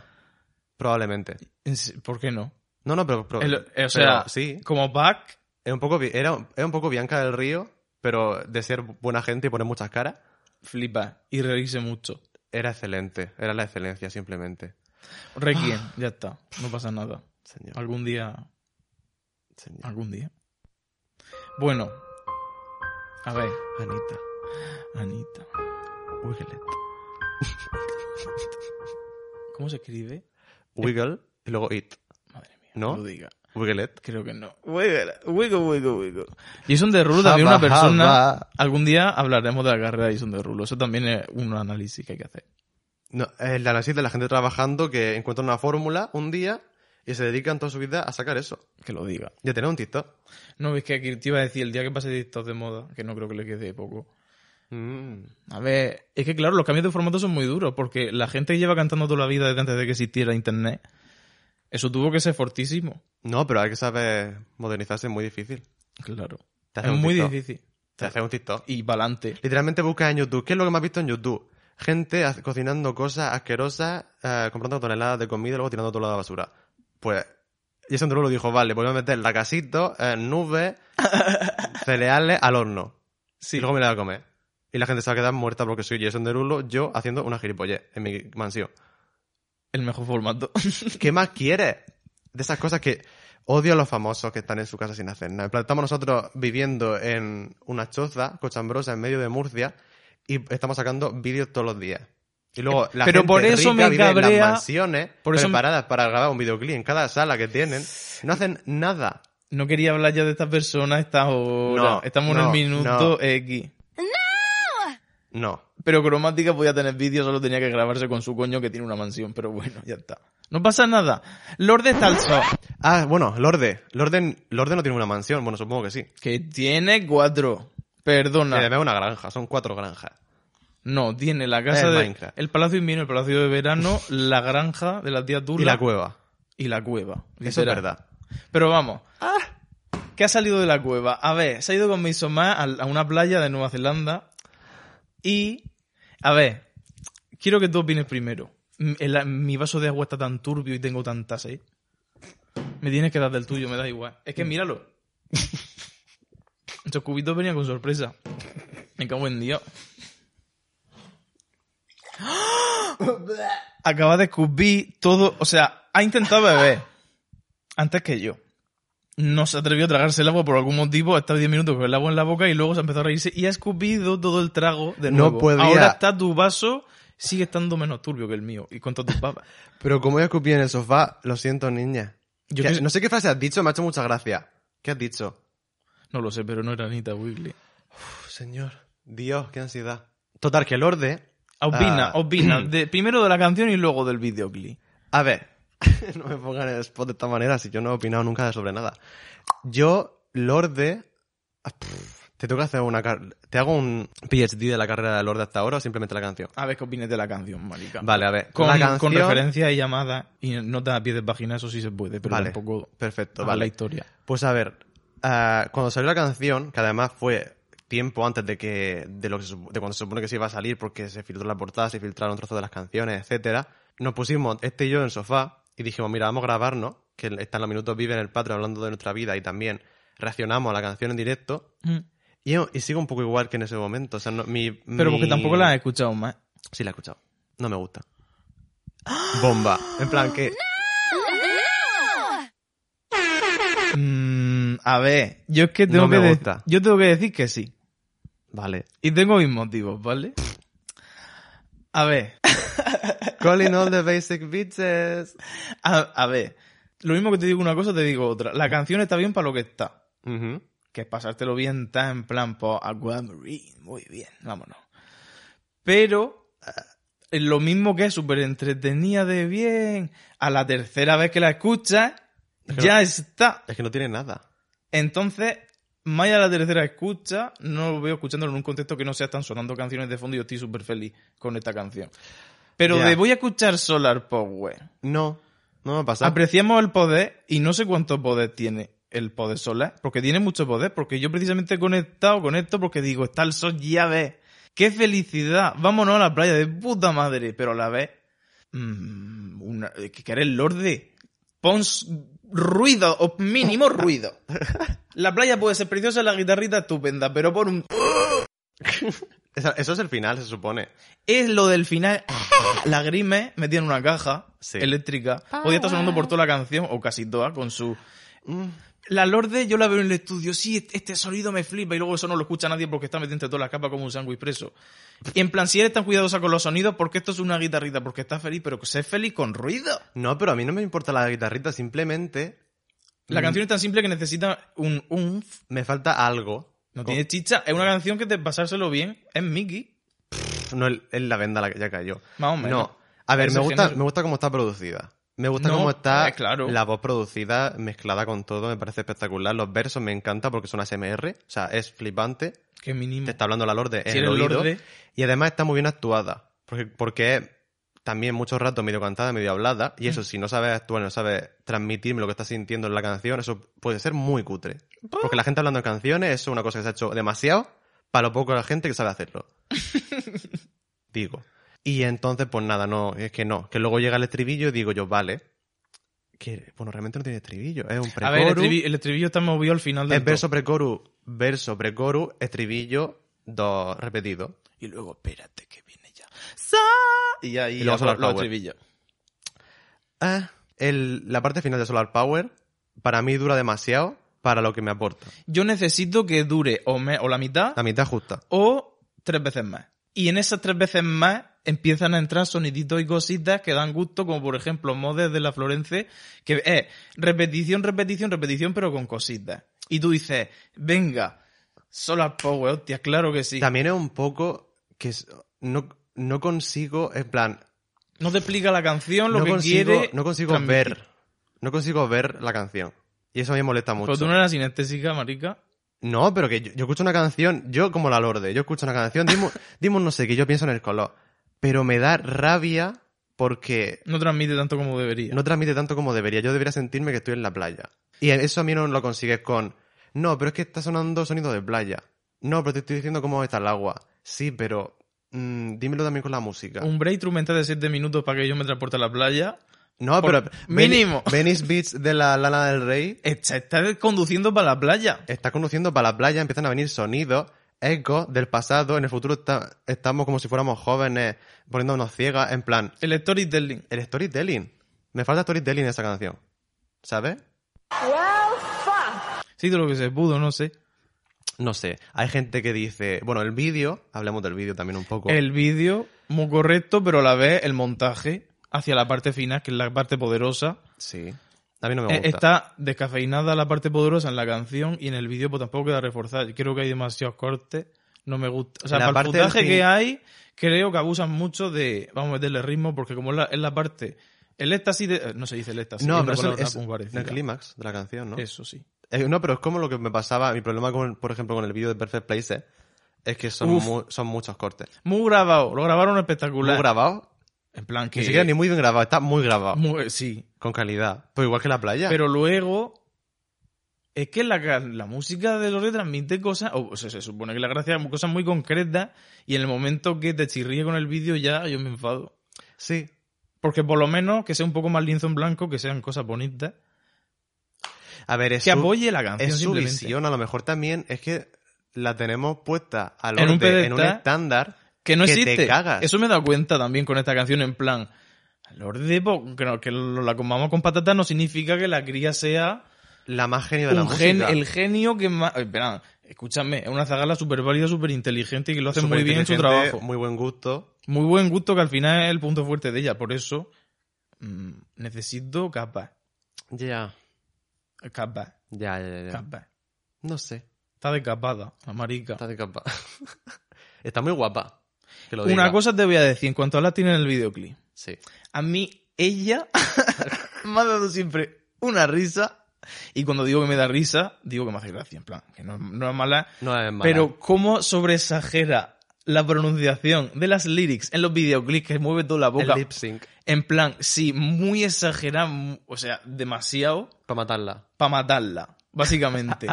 [SPEAKER 2] Probablemente.
[SPEAKER 1] En se- ¿Por qué no?
[SPEAKER 2] No, no, pero. pero-
[SPEAKER 1] El- o
[SPEAKER 2] pero
[SPEAKER 1] sea,
[SPEAKER 2] sí.
[SPEAKER 1] como back,
[SPEAKER 2] Es un poco, bi- era, un- era un poco Bianca del Río, pero de ser buena gente y poner muchas caras,
[SPEAKER 1] flipa y reírse mucho.
[SPEAKER 2] era excelente. Era la excelencia, simplemente.
[SPEAKER 1] Requiem, ya está, no pasa nada.
[SPEAKER 2] Señor.
[SPEAKER 1] Algún día,
[SPEAKER 2] señor.
[SPEAKER 1] algún día. Bueno, a ver,
[SPEAKER 2] Anita.
[SPEAKER 1] Anita.
[SPEAKER 2] Wiggle.
[SPEAKER 1] ¿Cómo se escribe?
[SPEAKER 2] Wiggle y luego It.
[SPEAKER 1] eh. Madre mía,
[SPEAKER 2] ¿No?
[SPEAKER 1] lo diga.
[SPEAKER 2] Wiggle it.
[SPEAKER 1] Creo que no. Huego, huego, huego. Jason Derulo también
[SPEAKER 2] Java,
[SPEAKER 1] una persona.
[SPEAKER 2] java.
[SPEAKER 1] Algún día hablaremos de la carrera de Jason Derulo. Eso también es un análisis que hay que hacer.
[SPEAKER 2] No, el análisis de la gente trabajando que encuentra una fórmula un día y se dedican toda su vida a sacar eso.
[SPEAKER 1] Que lo diga.
[SPEAKER 2] Ya tener un TikTok.
[SPEAKER 1] No, ves que aquí te iba a decir el día que pase TikTok de moda, que no creo que le quede poco.
[SPEAKER 2] Mm.
[SPEAKER 1] A ver, es que claro, los cambios de formato son muy duros, porque la gente que lleva cantando toda la vida desde antes de que existiera internet, eso tuvo que ser fortísimo.
[SPEAKER 2] No, pero hay que saber modernizarse, es muy difícil.
[SPEAKER 1] Claro.
[SPEAKER 2] Te hace
[SPEAKER 1] Es
[SPEAKER 2] un
[SPEAKER 1] muy
[SPEAKER 2] TikTok.
[SPEAKER 1] difícil.
[SPEAKER 2] Te haces un TikTok.
[SPEAKER 1] Y pa'lante.
[SPEAKER 2] Literalmente buscas en YouTube. ¿Qué es lo que más has visto en YouTube? Gente ha- cocinando cosas asquerosas, eh, comprando toneladas de comida y luego tirando todo lo de la basura. Pues Jason Derulo dijo, vale, voy a meter la casito, nubes, cereales al horno. Y
[SPEAKER 1] Sí.
[SPEAKER 2] luego me la voy a comer. Y la gente se va a quedar muerta porque soy Jason Derulo, yo haciendo una gilipollez en mi mansión.
[SPEAKER 1] El mejor formato.
[SPEAKER 2] ¿Qué más quieres? De esas cosas que odio a los famosos que están en su casa sin hacer nada. En plan, Estamos nosotros viviendo en una choza cochambrosa en medio de Murcia y estamos sacando vídeos todos los días. Y luego la
[SPEAKER 1] Pero
[SPEAKER 2] gente
[SPEAKER 1] por eso
[SPEAKER 2] rica
[SPEAKER 1] me
[SPEAKER 2] vive en
[SPEAKER 1] cabrea-
[SPEAKER 2] las mansiones
[SPEAKER 1] por eso me-
[SPEAKER 2] preparadas para grabar un videoclip en cada sala que tienen. No hacen nada.
[SPEAKER 1] No quería hablar ya de esta persona a esta hora.
[SPEAKER 2] No,
[SPEAKER 1] Estamos
[SPEAKER 2] no,
[SPEAKER 1] en el minuto
[SPEAKER 2] no.
[SPEAKER 1] X.
[SPEAKER 2] No.
[SPEAKER 1] Pero Cromática podía tener vídeo, solo tenía que grabarse con su coño que tiene una mansión, pero bueno, ya está. No pasa nada. Lorde Salsa,
[SPEAKER 2] Ah, bueno, Lorde. Lorde, Lorde no tiene una mansión. Bueno, supongo que sí.
[SPEAKER 1] que tiene cuatro.
[SPEAKER 2] Le
[SPEAKER 1] Perdona.
[SPEAKER 2] debe una granja. Son cuatro granjas.
[SPEAKER 1] No, tiene la casa
[SPEAKER 2] Es
[SPEAKER 1] de
[SPEAKER 2] Minecraft.
[SPEAKER 1] el palacio de invierno, el palacio de verano, la granja de la tía Tula
[SPEAKER 2] Y la cueva.
[SPEAKER 1] y la cueva.
[SPEAKER 2] Eso es
[SPEAKER 1] literal.
[SPEAKER 2] verdad. Ah.
[SPEAKER 1] Pero vamos. ¿Qué ha salido de la cueva? A ver, se ha ido con Midsommar a, a una playa de Nueva Zelanda. Y. A ver, quiero que tú opines primero. M- el- mi vaso de agua está tan turbio y tengo tanta sed. Me tienes que dar del tuyo, me da igual. Es que míralo. Estos cubitos venían con sorpresa. Me cago en Dios. Acaba de escupir todo. O sea, ha intentado beber antes que yo. No se atrevió a tragarse el agua por algún motivo, ha estado 10 minutos con el agua en la boca y luego se empezó a reírse y ha escupido todo el trago de
[SPEAKER 2] No
[SPEAKER 1] nuevo.
[SPEAKER 2] podía.
[SPEAKER 1] Ahora está tu vaso, sigue estando menos turbio que el mío y con todas tus papas.
[SPEAKER 2] Pero como yo escupí en el sofá, lo siento, niña.
[SPEAKER 1] Yo
[SPEAKER 2] Que-
[SPEAKER 1] que-
[SPEAKER 2] No sé qué frase has dicho, me ha hecho mucha gracia. ¿Qué has dicho?
[SPEAKER 1] No lo sé, pero no era Anita Wigley.
[SPEAKER 2] Uf, señor. Dios, qué ansiedad. Total, que Lorde...
[SPEAKER 1] Opina,
[SPEAKER 2] Ah.
[SPEAKER 1] opina. De, primero de la canción y luego del videoclip.
[SPEAKER 2] A ver, no me pongan en el spot de esta manera si yo no he opinado nunca sobre nada. Yo, Lorde... ah, pff, Te tengo que hacer una... car- ¿Te hago un PhD de la carrera de Lorde hasta ahora o simplemente la canción?
[SPEAKER 1] A ver qué opinas de la canción, marica.
[SPEAKER 2] Vale, a ver.
[SPEAKER 1] Con,
[SPEAKER 2] la
[SPEAKER 1] con
[SPEAKER 2] canción...
[SPEAKER 1] referencia y llamada y nota a pie de página, eso sí se puede, pero
[SPEAKER 2] Vale.
[SPEAKER 1] tampoco
[SPEAKER 2] Perfecto,
[SPEAKER 1] a la
[SPEAKER 2] vale.
[SPEAKER 1] historia.
[SPEAKER 2] Pues a ver, ah, cuando salió la canción, que además fue tiempo antes de que de lo que se sup- de cuando se supone que se iba a salir porque se filtró la portada, se filtraron trozos de las canciones, etcétera, nos pusimos este y yo en el sofá y dijimos, mira, vamos a grabarnos, que están los minutos vive en el patio hablando de nuestra vida y también reaccionamos a la canción en directo
[SPEAKER 1] Mm.
[SPEAKER 2] y, yo- y sigo un poco igual que en ese momento, o sea, no- mi,
[SPEAKER 1] Pero porque
[SPEAKER 2] mi-
[SPEAKER 1] tampoco la has escuchado más.
[SPEAKER 2] Sí la he escuchado. No me gusta. Bomba. En plan que
[SPEAKER 1] Mm, a ver, yo es que tengo
[SPEAKER 2] No me
[SPEAKER 1] que de-
[SPEAKER 2] gusta.
[SPEAKER 1] yo tengo que decir que sí.
[SPEAKER 2] vale.
[SPEAKER 1] Y tengo mis motivos, ¿vale? A ver,
[SPEAKER 2] Calling all the basic bitches.
[SPEAKER 1] a, a ver. Lo mismo que te digo una cosa, te digo otra. La canción está bien para lo que está.
[SPEAKER 2] Ujú.
[SPEAKER 1] que es pasártelo bien, está en plan por Aquamarine, muy bien, vámonos. Pero eh, lo mismo que es súper entretenida de bien, a la tercera vez que la escuchas,
[SPEAKER 2] Es que
[SPEAKER 1] ya está.
[SPEAKER 2] Es que no tiene nada.
[SPEAKER 1] Entonces, más allá de la tercera escucha, no lo veo escuchándolo en un contexto que no sea están sonando canciones de fondo y yo estoy súper feliz con esta canción. Pero
[SPEAKER 2] Ya.
[SPEAKER 1] de voy a escuchar Solar Power.
[SPEAKER 2] No, no me ha pasado.
[SPEAKER 1] Apreciamos el poder y no sé cuánto poder tiene el poder solar, porque tiene mucho poder, porque yo precisamente he conectado con esto porque digo, está el sol, ya ves, qué felicidad, vámonos a la playa de puta madre, pero a la vez, mm, una- eh, que eres lorde, pon s- ruido, o mínimo ruido. La playa puede ser preciosa, la guitarrita estupenda, pero por un...
[SPEAKER 2] Esa- Eso es el final, se supone.
[SPEAKER 1] Es lo del final, lagrimes, metida en una caja
[SPEAKER 2] Sí.
[SPEAKER 1] eléctrica, podía estar sonando por toda la canción, o casi toda, con su...
[SPEAKER 2] Mm.
[SPEAKER 1] La Lorde yo la veo en el estudio, sí, este- este sonido me flipa y luego eso no lo escucha nadie porque está metido entre todas las capas como un sándwich preso. Y en plan, si eres tan cuidadosa con los sonidos, porque esto es una guitarrita, porque estás feliz, pero que sé feliz con ruido.
[SPEAKER 2] No, pero a mí no me importa la guitarrita, simplemente
[SPEAKER 1] La
[SPEAKER 2] Mm.
[SPEAKER 1] canción es tan simple que necesita un umf.
[SPEAKER 2] me falta algo.
[SPEAKER 1] No tiene chicha, es una canción que te pasárselo bien, es Mickey,
[SPEAKER 2] No, el- el la venda la que ya cayó.
[SPEAKER 1] más o menos.
[SPEAKER 2] No. A ver,
[SPEAKER 1] Es
[SPEAKER 2] me
[SPEAKER 1] el
[SPEAKER 2] gusta,
[SPEAKER 1] género.
[SPEAKER 2] me gusta cómo está producida. Me gusta
[SPEAKER 1] No,
[SPEAKER 2] cómo está
[SPEAKER 1] eh, claro.
[SPEAKER 2] la voz producida mezclada con todo, me parece espectacular. Los versos me encanta porque son ASMR, o sea, es flipante.
[SPEAKER 1] Qué mínimo.
[SPEAKER 2] Te está hablando la Lorde en
[SPEAKER 1] Si
[SPEAKER 2] el
[SPEAKER 1] eres
[SPEAKER 2] oído.
[SPEAKER 1] Mm. Lorde,
[SPEAKER 2] Y además está muy bien actuada. Porque, porque es también mucho rato medio cantada, medio hablada. Y eso,
[SPEAKER 1] Mm.
[SPEAKER 2] si no sabes actuar, no sabes transmitirme lo que estás sintiendo en la canción, eso puede ser muy cutre. Porque la gente hablando en canciones, eso es una cosa que se ha hecho demasiado para lo poco la gente que sabe hacerlo. digo. Y entonces, pues nada, no, es que no. Que luego llega el estribillo y digo yo, vale. Que, bueno, realmente no tiene estribillo. Es un
[SPEAKER 1] a ver, el,
[SPEAKER 2] precoru.
[SPEAKER 1] estribi- el estribillo está movido al final del
[SPEAKER 2] Es verso precoru, verso precoru, estribillo, dos repetido.
[SPEAKER 1] todo. Y luego, espérate, que viene ya. Sa- Y ahí
[SPEAKER 2] Y luego Solar
[SPEAKER 1] los
[SPEAKER 2] Power.
[SPEAKER 1] estribillos.
[SPEAKER 2] Ah, el- la parte final de Solar Power para mí dura demasiado para lo que me aporta.
[SPEAKER 1] Yo necesito que dure o, me- o la mitad
[SPEAKER 2] La mitad justa.
[SPEAKER 1] o tres veces más. Y en esas tres veces más empiezan a entrar soniditos y cositas que dan gusto, como por ejemplo modes de la Florence, que es repetición, repetición, repetición, pero con cositas. Y tú dices, venga, Solar Power, hostia, claro que sí.
[SPEAKER 2] También es un poco que es- no, no consigo, en plan,
[SPEAKER 1] No te explica la canción, lo
[SPEAKER 2] no
[SPEAKER 1] que
[SPEAKER 2] consigo,
[SPEAKER 1] quiere.
[SPEAKER 2] no consigo
[SPEAKER 1] transmitir. Pues
[SPEAKER 2] ver, no consigo ver la canción. Y eso a mí me molesta mucho.
[SPEAKER 1] Pero tú no eras sinestésica, marica.
[SPEAKER 2] No, pero que yo, yo escucho una canción, yo como la Lorde, yo escucho una canción, dimos, dimos no sé qué, yo pienso en el color. Pero me da rabia porque
[SPEAKER 1] No transmite tanto como debería.
[SPEAKER 2] no transmite tanto como debería. Yo debería sentirme que estoy en la playa. Y eso a mí no lo consigues con. No, pero es que está sonando sonido de playa. No, pero te estoy diciendo cómo está el agua. Sí, pero. mm, dímelo también con la música.
[SPEAKER 1] Un break instrumental de 7 minutos para que yo me transporte a la playa.
[SPEAKER 2] no, pero.
[SPEAKER 1] por-
[SPEAKER 2] Beni-
[SPEAKER 1] mínimo.
[SPEAKER 2] Venice Beach de la Lana del Rey
[SPEAKER 1] Está, está conduciendo para la playa.
[SPEAKER 2] está conduciendo para la playa, empiezan a venir sonidos, ecos del pasado. En el futuro está- estamos como si fuéramos jóvenes, poniéndonos ciegas. En plan,
[SPEAKER 1] El storytelling.
[SPEAKER 2] el storytelling. Me falta storytelling en esa canción. ¿Sabes?
[SPEAKER 3] Well, fuck.
[SPEAKER 1] Sí, de lo que se pudo, no sé.
[SPEAKER 2] No sé, hay gente que dice, bueno, el vídeo, hablemos del vídeo también un poco.
[SPEAKER 1] El vídeo, muy correcto, pero a la vez el montaje hacia la parte final, que es la parte poderosa.
[SPEAKER 2] Sí. A mí no me
[SPEAKER 1] Eh,
[SPEAKER 2] gusta.
[SPEAKER 1] Está descafeinada la parte poderosa en la canción y en el vídeo pues tampoco queda reforzada. Yo Creo que hay demasiados cortes. No me gusta. O sea,
[SPEAKER 2] La
[SPEAKER 1] para el
[SPEAKER 2] parte del
[SPEAKER 1] puntaje
[SPEAKER 2] fin-
[SPEAKER 1] que hay, creo que abusan mucho de. Vamos a meterle ritmo, porque como es la, es la parte. El éxtasis de. eh, No se dice el éxtasis.
[SPEAKER 2] no,
[SPEAKER 1] es
[SPEAKER 2] pero
[SPEAKER 1] una
[SPEAKER 2] eso
[SPEAKER 1] palabra
[SPEAKER 2] es
[SPEAKER 1] muy parecida.
[SPEAKER 2] el clímax de la canción, ¿no?
[SPEAKER 1] Eso sí.
[SPEAKER 2] Eh, no, pero es como lo que me pasaba, mi problema con, por ejemplo, con el vídeo de Perfect Places, es que son,
[SPEAKER 1] Uf.
[SPEAKER 2] mu- son muchos cortes.
[SPEAKER 1] Muy grabado. Lo grabaron
[SPEAKER 2] Muy
[SPEAKER 1] espectacular.
[SPEAKER 2] grabado,
[SPEAKER 1] en plan que.
[SPEAKER 2] ni siquiera ni muy bien grabado, está muy grabado,
[SPEAKER 1] muy- eh, sí.
[SPEAKER 2] con calidad. Pero igual que la playa.
[SPEAKER 1] Pero luego. Es que la, ca- la música de Lore transmite cosas. O sea, se supone que la gracia es cosas muy concretas. Y en el momento que te chirríe con el vídeo, ya yo me enfado.
[SPEAKER 2] Sí.
[SPEAKER 1] Porque por lo menos que sea un poco más lienzo en blanco, que sean cosas bonitas.
[SPEAKER 2] A ver, es
[SPEAKER 1] Que
[SPEAKER 2] su-
[SPEAKER 1] apoye la canción
[SPEAKER 2] es su
[SPEAKER 1] simplemente.
[SPEAKER 2] visión, a lo mejor también es que la tenemos puesta al
[SPEAKER 1] En un
[SPEAKER 2] orden, en un
[SPEAKER 1] pedestal.
[SPEAKER 2] estándar.
[SPEAKER 1] Que no
[SPEAKER 2] que te
[SPEAKER 1] existe.
[SPEAKER 2] cagas.
[SPEAKER 1] Eso me he dado cuenta también con esta canción en plan. Lorde, que, no- que lo- la comamos con patatas no significa que la cría sea
[SPEAKER 2] La más genio de la
[SPEAKER 1] un gen-
[SPEAKER 2] música.
[SPEAKER 1] el genio que más. Espera, escúchame, es una zagala súper válida, súper inteligente y que lo hace muy bien en su
[SPEAKER 2] Superinteligente,
[SPEAKER 1] trabajo.
[SPEAKER 2] Muy buen gusto.
[SPEAKER 1] Muy buen gusto, que al final es el punto fuerte de ella. Por eso mm, necesito capas.
[SPEAKER 2] Ya,
[SPEAKER 1] Capas.
[SPEAKER 2] ya, ya, ya.
[SPEAKER 1] Capas.
[SPEAKER 2] No sé.
[SPEAKER 1] Está descapada, la marica.
[SPEAKER 2] Está de capa. Está muy guapa. Que lo
[SPEAKER 1] Una
[SPEAKER 2] diga.
[SPEAKER 1] cosa te voy a decir en cuanto a la tiene en el videoclip.
[SPEAKER 2] Sí.
[SPEAKER 1] A mí, ella me ha dado siempre una risa. Y cuando digo que me da risa, digo que me hace gracia. En plan, que no, no es mala.
[SPEAKER 2] No es mala.
[SPEAKER 1] Pero cómo sobresagera la pronunciación de las lyrics en los videoclips que mueve toda la
[SPEAKER 2] el
[SPEAKER 1] boca.
[SPEAKER 2] lip sync
[SPEAKER 1] En plan, sí, muy exagerada, mu- o sea, demasiado
[SPEAKER 2] para matarla.
[SPEAKER 1] para matarla, básicamente.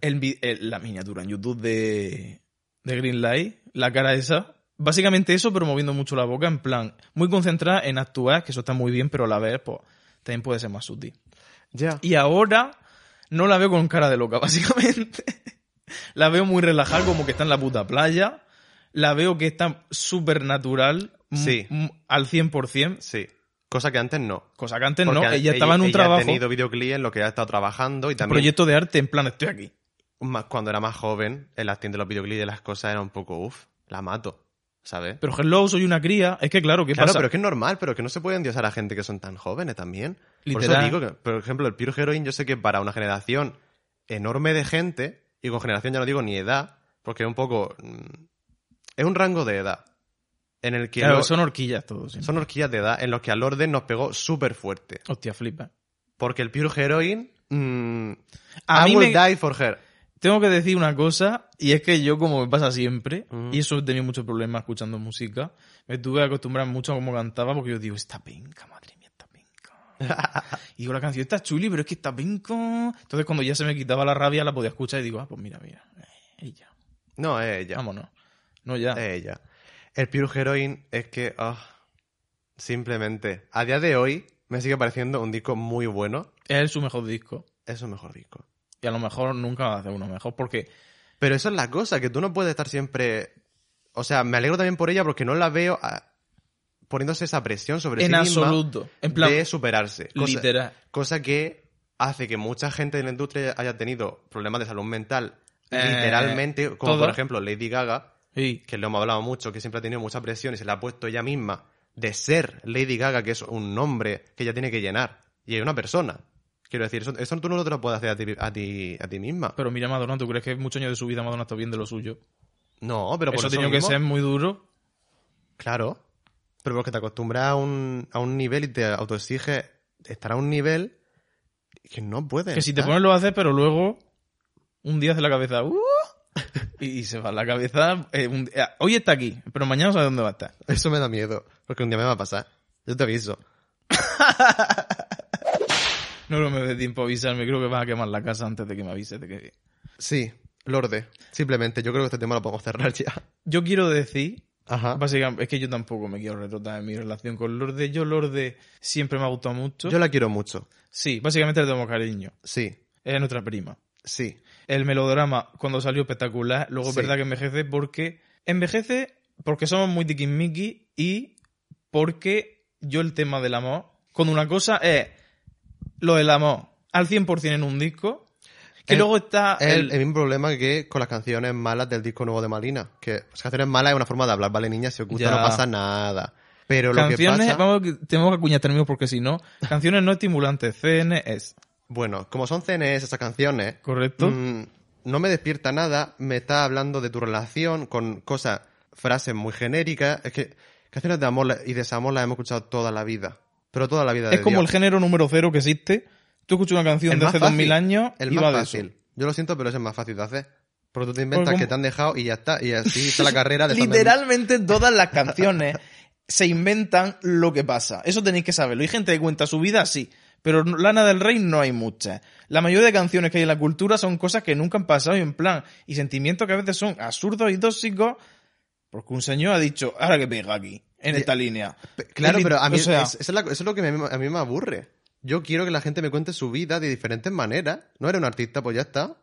[SPEAKER 1] El vi- el- la miniatura en YouTube de, de Green Light, la cara esa. Básicamente eso, pero moviendo mucho la boca, en plan, muy concentrada en actuar, que eso está muy bien, pero a la vez, pues, también puede ser más sutil.
[SPEAKER 2] Ya.
[SPEAKER 1] Y ahora no la veo con cara de loca, básicamente. la veo muy relajada, como que está en la puta playa. La veo que está súper natural, m-
[SPEAKER 2] Sí.
[SPEAKER 1] m- al 100%.
[SPEAKER 2] Sí. Cosa que antes no.
[SPEAKER 1] Cosa que antes
[SPEAKER 2] Porque
[SPEAKER 1] no,
[SPEAKER 2] a-
[SPEAKER 1] ella, estaba en un
[SPEAKER 2] Ha
[SPEAKER 1] trabajo,
[SPEAKER 2] tenido videoclip en lo que ha estado trabajando y también
[SPEAKER 1] proyecto de arte, en plan, estoy aquí.
[SPEAKER 2] más cuando era más joven, el acting de los videoclips de las cosas era un poco uff, la mato, ¿sabes?
[SPEAKER 1] Pero hello, soy una cría. Es que claro, ¿qué
[SPEAKER 2] Claro,
[SPEAKER 1] pasa?
[SPEAKER 2] pero es que es normal, pero que no se puede endiosar a gente que son tan jóvenes también.
[SPEAKER 1] Literal.
[SPEAKER 2] Por eso digo que, por ejemplo, el Pure Heroine, yo sé que para una generación enorme de gente, y con generación ya no digo ni edad, porque es un poco. mm, Es un rango de edad. En el que.
[SPEAKER 1] Claro,
[SPEAKER 2] lo-
[SPEAKER 1] son horquillas todos. siempre.
[SPEAKER 2] son horquillas de edad en los que al orden nos pegó súper fuerte.
[SPEAKER 1] Hostia, flipa.
[SPEAKER 2] Porque el Pure Heroine. mm,
[SPEAKER 1] A
[SPEAKER 2] I
[SPEAKER 1] mí
[SPEAKER 2] will
[SPEAKER 1] me-
[SPEAKER 2] die for her.
[SPEAKER 1] Tengo que decir una cosa, y es que yo, como me pasa siempre,
[SPEAKER 2] Ujú.
[SPEAKER 1] y eso he tenido muchos problemas escuchando música, me tuve que acostumbrar mucho a cómo cantaba, porque yo digo, esta penca, madre mía, esta penca. y digo, la canción está chuli, pero es que está penca. Entonces, cuando ya se me quitaba la rabia, la podía escuchar y digo, ah, pues mira, mira, eh, ella,
[SPEAKER 2] No, es ella.
[SPEAKER 1] vámonos. No, ya.
[SPEAKER 2] Es ella. El Pure Heroine es que. ah, simplemente. A día de hoy me sigue pareciendo un disco muy bueno.
[SPEAKER 1] Es su mejor disco.
[SPEAKER 2] Es su mejor disco.
[SPEAKER 1] Y a lo mejor nunca hace uno mejor, porque
[SPEAKER 2] Pero eso es la cosa, que tú no puedes estar siempre. O sea, me alegro también por ella porque no la veo ah, poniéndose esa presión sobre
[SPEAKER 1] en
[SPEAKER 2] sí misma
[SPEAKER 1] absoluto, en plan,
[SPEAKER 2] de superarse. Cosa,
[SPEAKER 1] literal.
[SPEAKER 2] cosa que hace que mucha gente de la industria haya tenido problemas de salud mental.
[SPEAKER 1] Eh,
[SPEAKER 2] literalmente, como
[SPEAKER 1] todo.
[SPEAKER 2] por ejemplo Lady Gaga,
[SPEAKER 1] Sí.
[SPEAKER 2] que lo hemos hablado mucho, que siempre ha tenido mucha presión y se la ha puesto ella misma de ser Lady Gaga, que es un nombre que ella tiene que llenar. Y es una persona. Quiero decir, eso, eso tú no te lo puedes hacer a ti, a ti, a ti misma.
[SPEAKER 1] Pero mira Madonna, ¿tú crees que muchos años de su vida Madonna está bien de lo suyo?
[SPEAKER 2] No, pero por
[SPEAKER 1] eso
[SPEAKER 2] eso,
[SPEAKER 1] tiene que
[SPEAKER 2] mismo-
[SPEAKER 1] ser muy duro.
[SPEAKER 2] Claro. Pero porque te acostumbras a un, a un nivel y te autoexiges estar a un nivel que no puedes.
[SPEAKER 1] Que si te
[SPEAKER 2] estar.
[SPEAKER 1] pones lo haces, pero luego un día hace la cabeza. "Uh", y se va la cabeza. eh, un- eh, hoy está aquí, pero mañana no sabe dónde va a estar.
[SPEAKER 2] Eso me da miedo. Porque un día me va a pasar. Yo te aviso.
[SPEAKER 1] No creo que me dé tiempo a avisarme, creo que vas a quemar la casa antes de que me avises de que.
[SPEAKER 2] Sí, Lorde. Simplemente, yo creo que este tema lo podemos cerrar ya.
[SPEAKER 1] Yo quiero decir
[SPEAKER 2] Ajá.
[SPEAKER 1] Básicamente, es que yo tampoco me quiero retrotar en mi relación con Lorde. Yo Lorde siempre me ha gustado mucho.
[SPEAKER 2] Yo la quiero mucho.
[SPEAKER 1] Sí, básicamente le tengo cariño.
[SPEAKER 2] Sí,
[SPEAKER 1] Es nuestra prima.
[SPEAKER 2] sí.
[SPEAKER 1] El melodrama, cuando salió espectacular, luego
[SPEAKER 2] Sí.
[SPEAKER 1] es verdad que envejece porque... Envejece porque somos muy tiquismiquis y porque yo el tema del amor... Cuando una cosa es lo del amor al 100% en un disco, que
[SPEAKER 2] El-
[SPEAKER 1] luego está...
[SPEAKER 2] Eh, Es el, el mismo problema que con las canciones malas del disco nuevo de Malina. Que las canciones malas es una forma de hablar, vale, niña, si os
[SPEAKER 1] Ya.
[SPEAKER 2] gusta no pasa nada. Pero lo
[SPEAKER 1] canciones,
[SPEAKER 2] que pasa...
[SPEAKER 1] vamos, que tenemos que acuñar términos porque si no, canciones no estimulantes, CNS,
[SPEAKER 2] Bueno, como son CNS esas canciones,
[SPEAKER 1] ¿correcto?
[SPEAKER 2] mm, no me despierta nada, me está hablando de tu relación con cosas, frases muy genéricas. Es que canciones de amor y desamor las hemos escuchado toda la vida. Pero toda la vida
[SPEAKER 1] Es
[SPEAKER 2] de
[SPEAKER 1] como el
[SPEAKER 2] Dios.
[SPEAKER 1] género número cero que existe. Tú escuchas una canción
[SPEAKER 2] El
[SPEAKER 1] de
[SPEAKER 2] más
[SPEAKER 1] hace dos mil
[SPEAKER 2] fácil.
[SPEAKER 1] años
[SPEAKER 2] El
[SPEAKER 1] y
[SPEAKER 2] más
[SPEAKER 1] va de eso.
[SPEAKER 2] fácil. Yo lo siento, pero ese es más fácil de hacer. Porque tú te inventas
[SPEAKER 1] Porque
[SPEAKER 2] que
[SPEAKER 1] como-
[SPEAKER 2] te han dejado y ya está. Y así está la carrera de estarme-
[SPEAKER 1] Literalmente todas las canciones se inventan lo que pasa. Eso tenéis que saberlo. Hay gente que cuenta su vida así. Pero no- Lana del Rey no hay muchas. La mayoría de canciones que hay en la cultura son cosas que nunca han pasado y en plan. Y sentimientos que a veces son absurdos y tóxicos. Porque un señor ha dicho, ahora que pega aquí, en esta línea.
[SPEAKER 2] Pe- Claro,
[SPEAKER 1] Es
[SPEAKER 2] pero a mí
[SPEAKER 1] o sea-
[SPEAKER 2] es- eso, es la- eso es lo que me- a mí me aburre. Yo quiero que la gente me cuente su vida de diferentes maneras. No era un artista, pues ya está.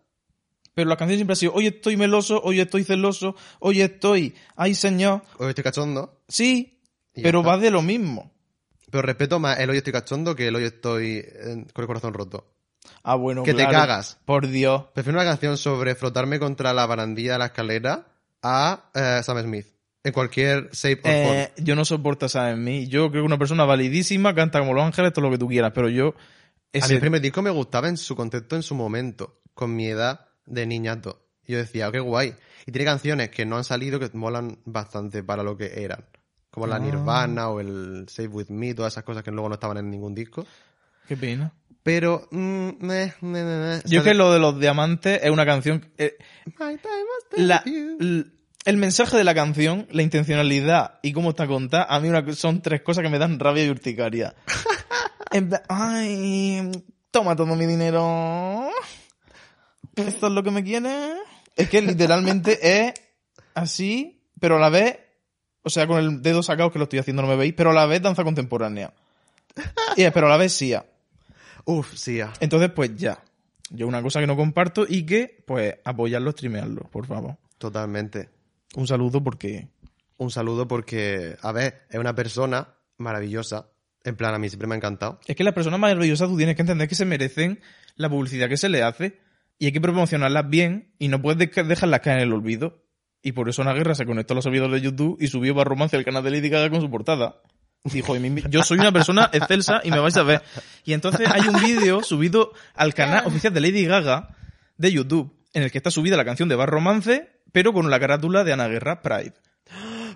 [SPEAKER 1] Pero la canción siempre ha sido, hoy estoy meloso, hoy estoy celoso, hoy estoy, ay señor.
[SPEAKER 2] Hoy estoy cachondo.
[SPEAKER 1] Sí,
[SPEAKER 2] y ya
[SPEAKER 1] pero
[SPEAKER 2] está.
[SPEAKER 1] va de lo mismo.
[SPEAKER 2] Pero respeto más el hoy estoy cachondo que el hoy estoy eh, con el corazón roto.
[SPEAKER 1] Ah, bueno,
[SPEAKER 2] Que te
[SPEAKER 1] claro.
[SPEAKER 2] cagas.
[SPEAKER 1] Por Dios.
[SPEAKER 2] Prefiero una canción sobre frotarme contra la barandilla de la escalera a eh, Sam Smith. En cualquier shape or form.
[SPEAKER 1] Eh, yo no soporto esa en mí. Yo creo que una persona validísima canta como los ángeles, todo lo que tú quieras, pero yo.
[SPEAKER 2] A mí
[SPEAKER 1] Ese,
[SPEAKER 2] el primer disco me gustaba en su contexto, en su momento, con mi edad de niñato. Y Yo decía, "Oh, qué guay. Y tiene canciones que no han salido que molan bastante para lo que eran. Como la
[SPEAKER 1] Ah.
[SPEAKER 2] Nirvana o el Save With Me, todas esas cosas que luego no estaban en ningún disco.
[SPEAKER 1] Qué pena.
[SPEAKER 2] Pero... mm, meh, meh, meh, meh.
[SPEAKER 1] Yo
[SPEAKER 2] O sea,
[SPEAKER 1] es que lo de los diamantes es una canción. eh,
[SPEAKER 2] My time was with
[SPEAKER 1] la-
[SPEAKER 2] you.
[SPEAKER 1] l- el mensaje de la canción, la intencionalidad y cómo está contada, a mí una- son tres cosas que me dan rabia y urticaria. En plan, Ay, toma todo mi dinero. ¿Esto es lo que me quieres? Es que literalmente es así, pero a la vez, o sea, con el dedo sacado que lo estoy haciendo, no me veis, pero a la vez danza contemporánea. Y es, pero a la vez sí. ah.
[SPEAKER 2] Uf, sí. ah.
[SPEAKER 1] Entonces, pues ya. Yo una cosa que no comparto y que, pues, apoyarlo, streamearlo, por favor.
[SPEAKER 2] Totalmente.
[SPEAKER 1] Un saludo porque...
[SPEAKER 2] Un saludo porque, a ver, es una persona maravillosa. En plan, a mí siempre me ha encantado.
[SPEAKER 1] Es que las personas maravillosas tú tienes que entender que se merecen la publicidad que se les hace y hay que promocionarlas bien y no puedes deca- dejarlas caer en el olvido. Y por eso una guerra se conectó a los servidores de YouTube y subió para romance al canal de Lady Gaga con su portada. Dijo, "Y mi- yo soy una persona excelsa y me vais a ver. Y entonces hay un vídeo subido al canal oficial de Lady Gaga de YouTube en el que está subida la canción de Bar Romance, pero con la carátula de Ana Guerra Pride.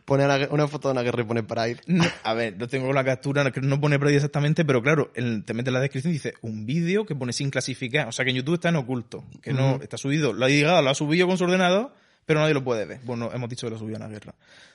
[SPEAKER 2] Pone a la- una foto de una guerra y pone para ir.
[SPEAKER 1] No, a ver, no tengo la captura, no- no pone Brady exactamente, pero claro, el- te mete en la descripción y dice un vídeo que pone sin clasificar. O sea que en YouTube está en oculto, que no
[SPEAKER 2] Ujú.
[SPEAKER 1] está subido. Lo ha llegado, lo ha subido con su ordenador, pero nadie lo puede ver. Bueno, hemos dicho que lo subió en la guerra.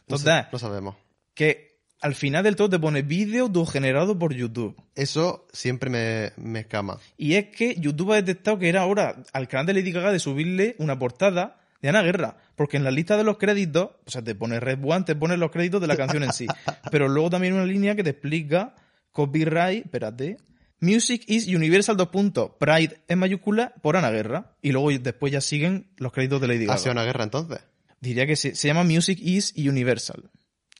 [SPEAKER 2] No sé,
[SPEAKER 1] Total,
[SPEAKER 2] no sabemos.
[SPEAKER 1] que al final del todo te pone vídeo generado por YouTube.
[SPEAKER 2] Eso siempre me, me escama.
[SPEAKER 1] Y es que YouTube ha detectado que era hora al canal de Lady Gaga de subirle una portada de Ana Guerra. Porque en la lista de los créditos, o sea, te pone Red One, te pone los créditos de la canción en sí. Pero luego también una línea que te explica copyright, espérate. Music is Universal dos puntos, Pride en mayúscula por Ana Guerra. Y luego después ya siguen los créditos de Lady
[SPEAKER 2] ¿Ha sido
[SPEAKER 1] Gaga.
[SPEAKER 2] una guerra entonces?
[SPEAKER 1] Diría que se, se llama Music is Universal.